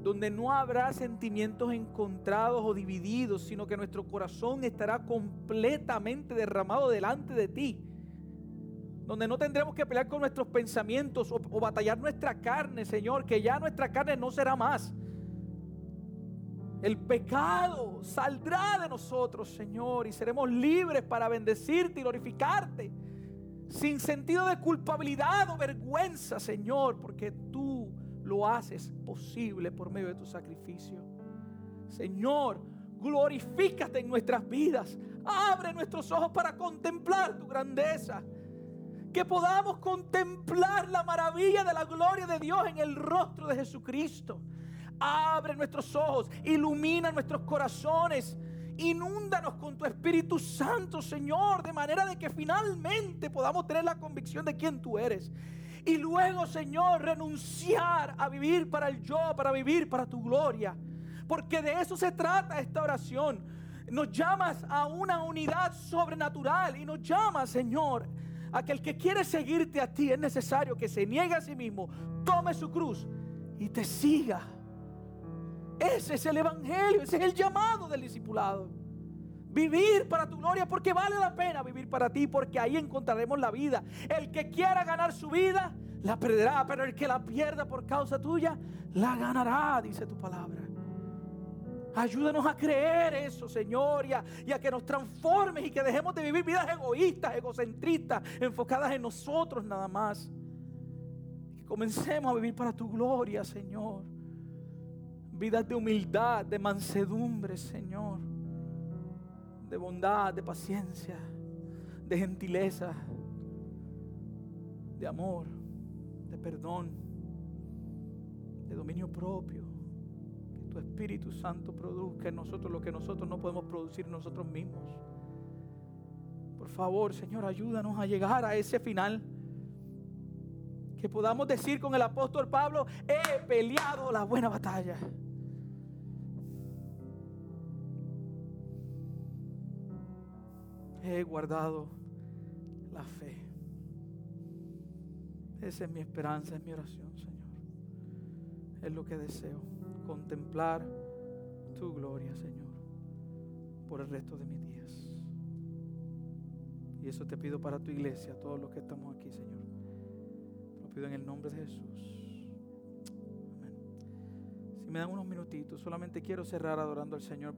S2: donde no habrá sentimientos encontrados o divididos, sino que nuestro corazón estará completamente derramado delante de ti, donde no tendremos que pelear con nuestros pensamientos o, o batallar nuestra carne, Señor, que ya nuestra carne no será más. El pecado saldrá de nosotros, Señor, y seremos libres para bendecirte y glorificarte sin sentido de culpabilidad o vergüenza, Señor, porque tú lo haces posible por medio de tu sacrificio. Señor, glorifícate en nuestras vidas. Abre nuestros ojos para contemplar tu grandeza. Que podamos contemplar la maravilla de la gloria de Dios en el rostro de Jesucristo. Abre nuestros ojos, ilumina nuestros corazones, inúndanos con tu Espíritu Santo, Señor, de manera de que finalmente podamos tener la convicción de quién tú eres. Y luego, Señor, renunciar a vivir para el yo, para vivir para tu gloria. porque de eso se trata esta oración. Nos llamas a una unidad sobrenatural y nos llamas, Señor, a que el que quiere seguirte a ti es necesario que se niegue a sí mismo, tome su cruz y te siga. Ese es el evangelio, ese es el llamado del discipulado. Vivir para tu gloria porque vale la pena vivir para ti porque ahí encontraremos la vida. El que quiera ganar su vida la perderá, pero el que la pierda por causa tuya la ganará, dice tu palabra. Ayúdanos a creer eso, Señor, y a, y a que nos transformes y que dejemos de vivir vidas egoístas, egocentristas, enfocadas en nosotros nada más. Que comencemos a vivir para tu gloria, Señor. Vidas de humildad, de mansedumbre, Señor. De bondad, de paciencia, de gentileza, de amor, de perdón, de dominio propio. Espíritu Santo produzca en nosotros lo que nosotros no podemos producir nosotros mismos. Por favor, Señor, ayúdanos a llegar a ese final. Que podamos decir con el apóstol Pablo, he peleado la buena batalla. He guardado la fe. Esa es mi esperanza, es mi oración, Señor. Es lo que deseo contemplar tu gloria, Señor, por el resto de mis días. Y eso te pido para tu iglesia, todos los que estamos aquí, Señor. Te lo pido en el nombre de Jesús. Amén. Si me dan unos minutitos, solamente quiero cerrar adorando al Señor.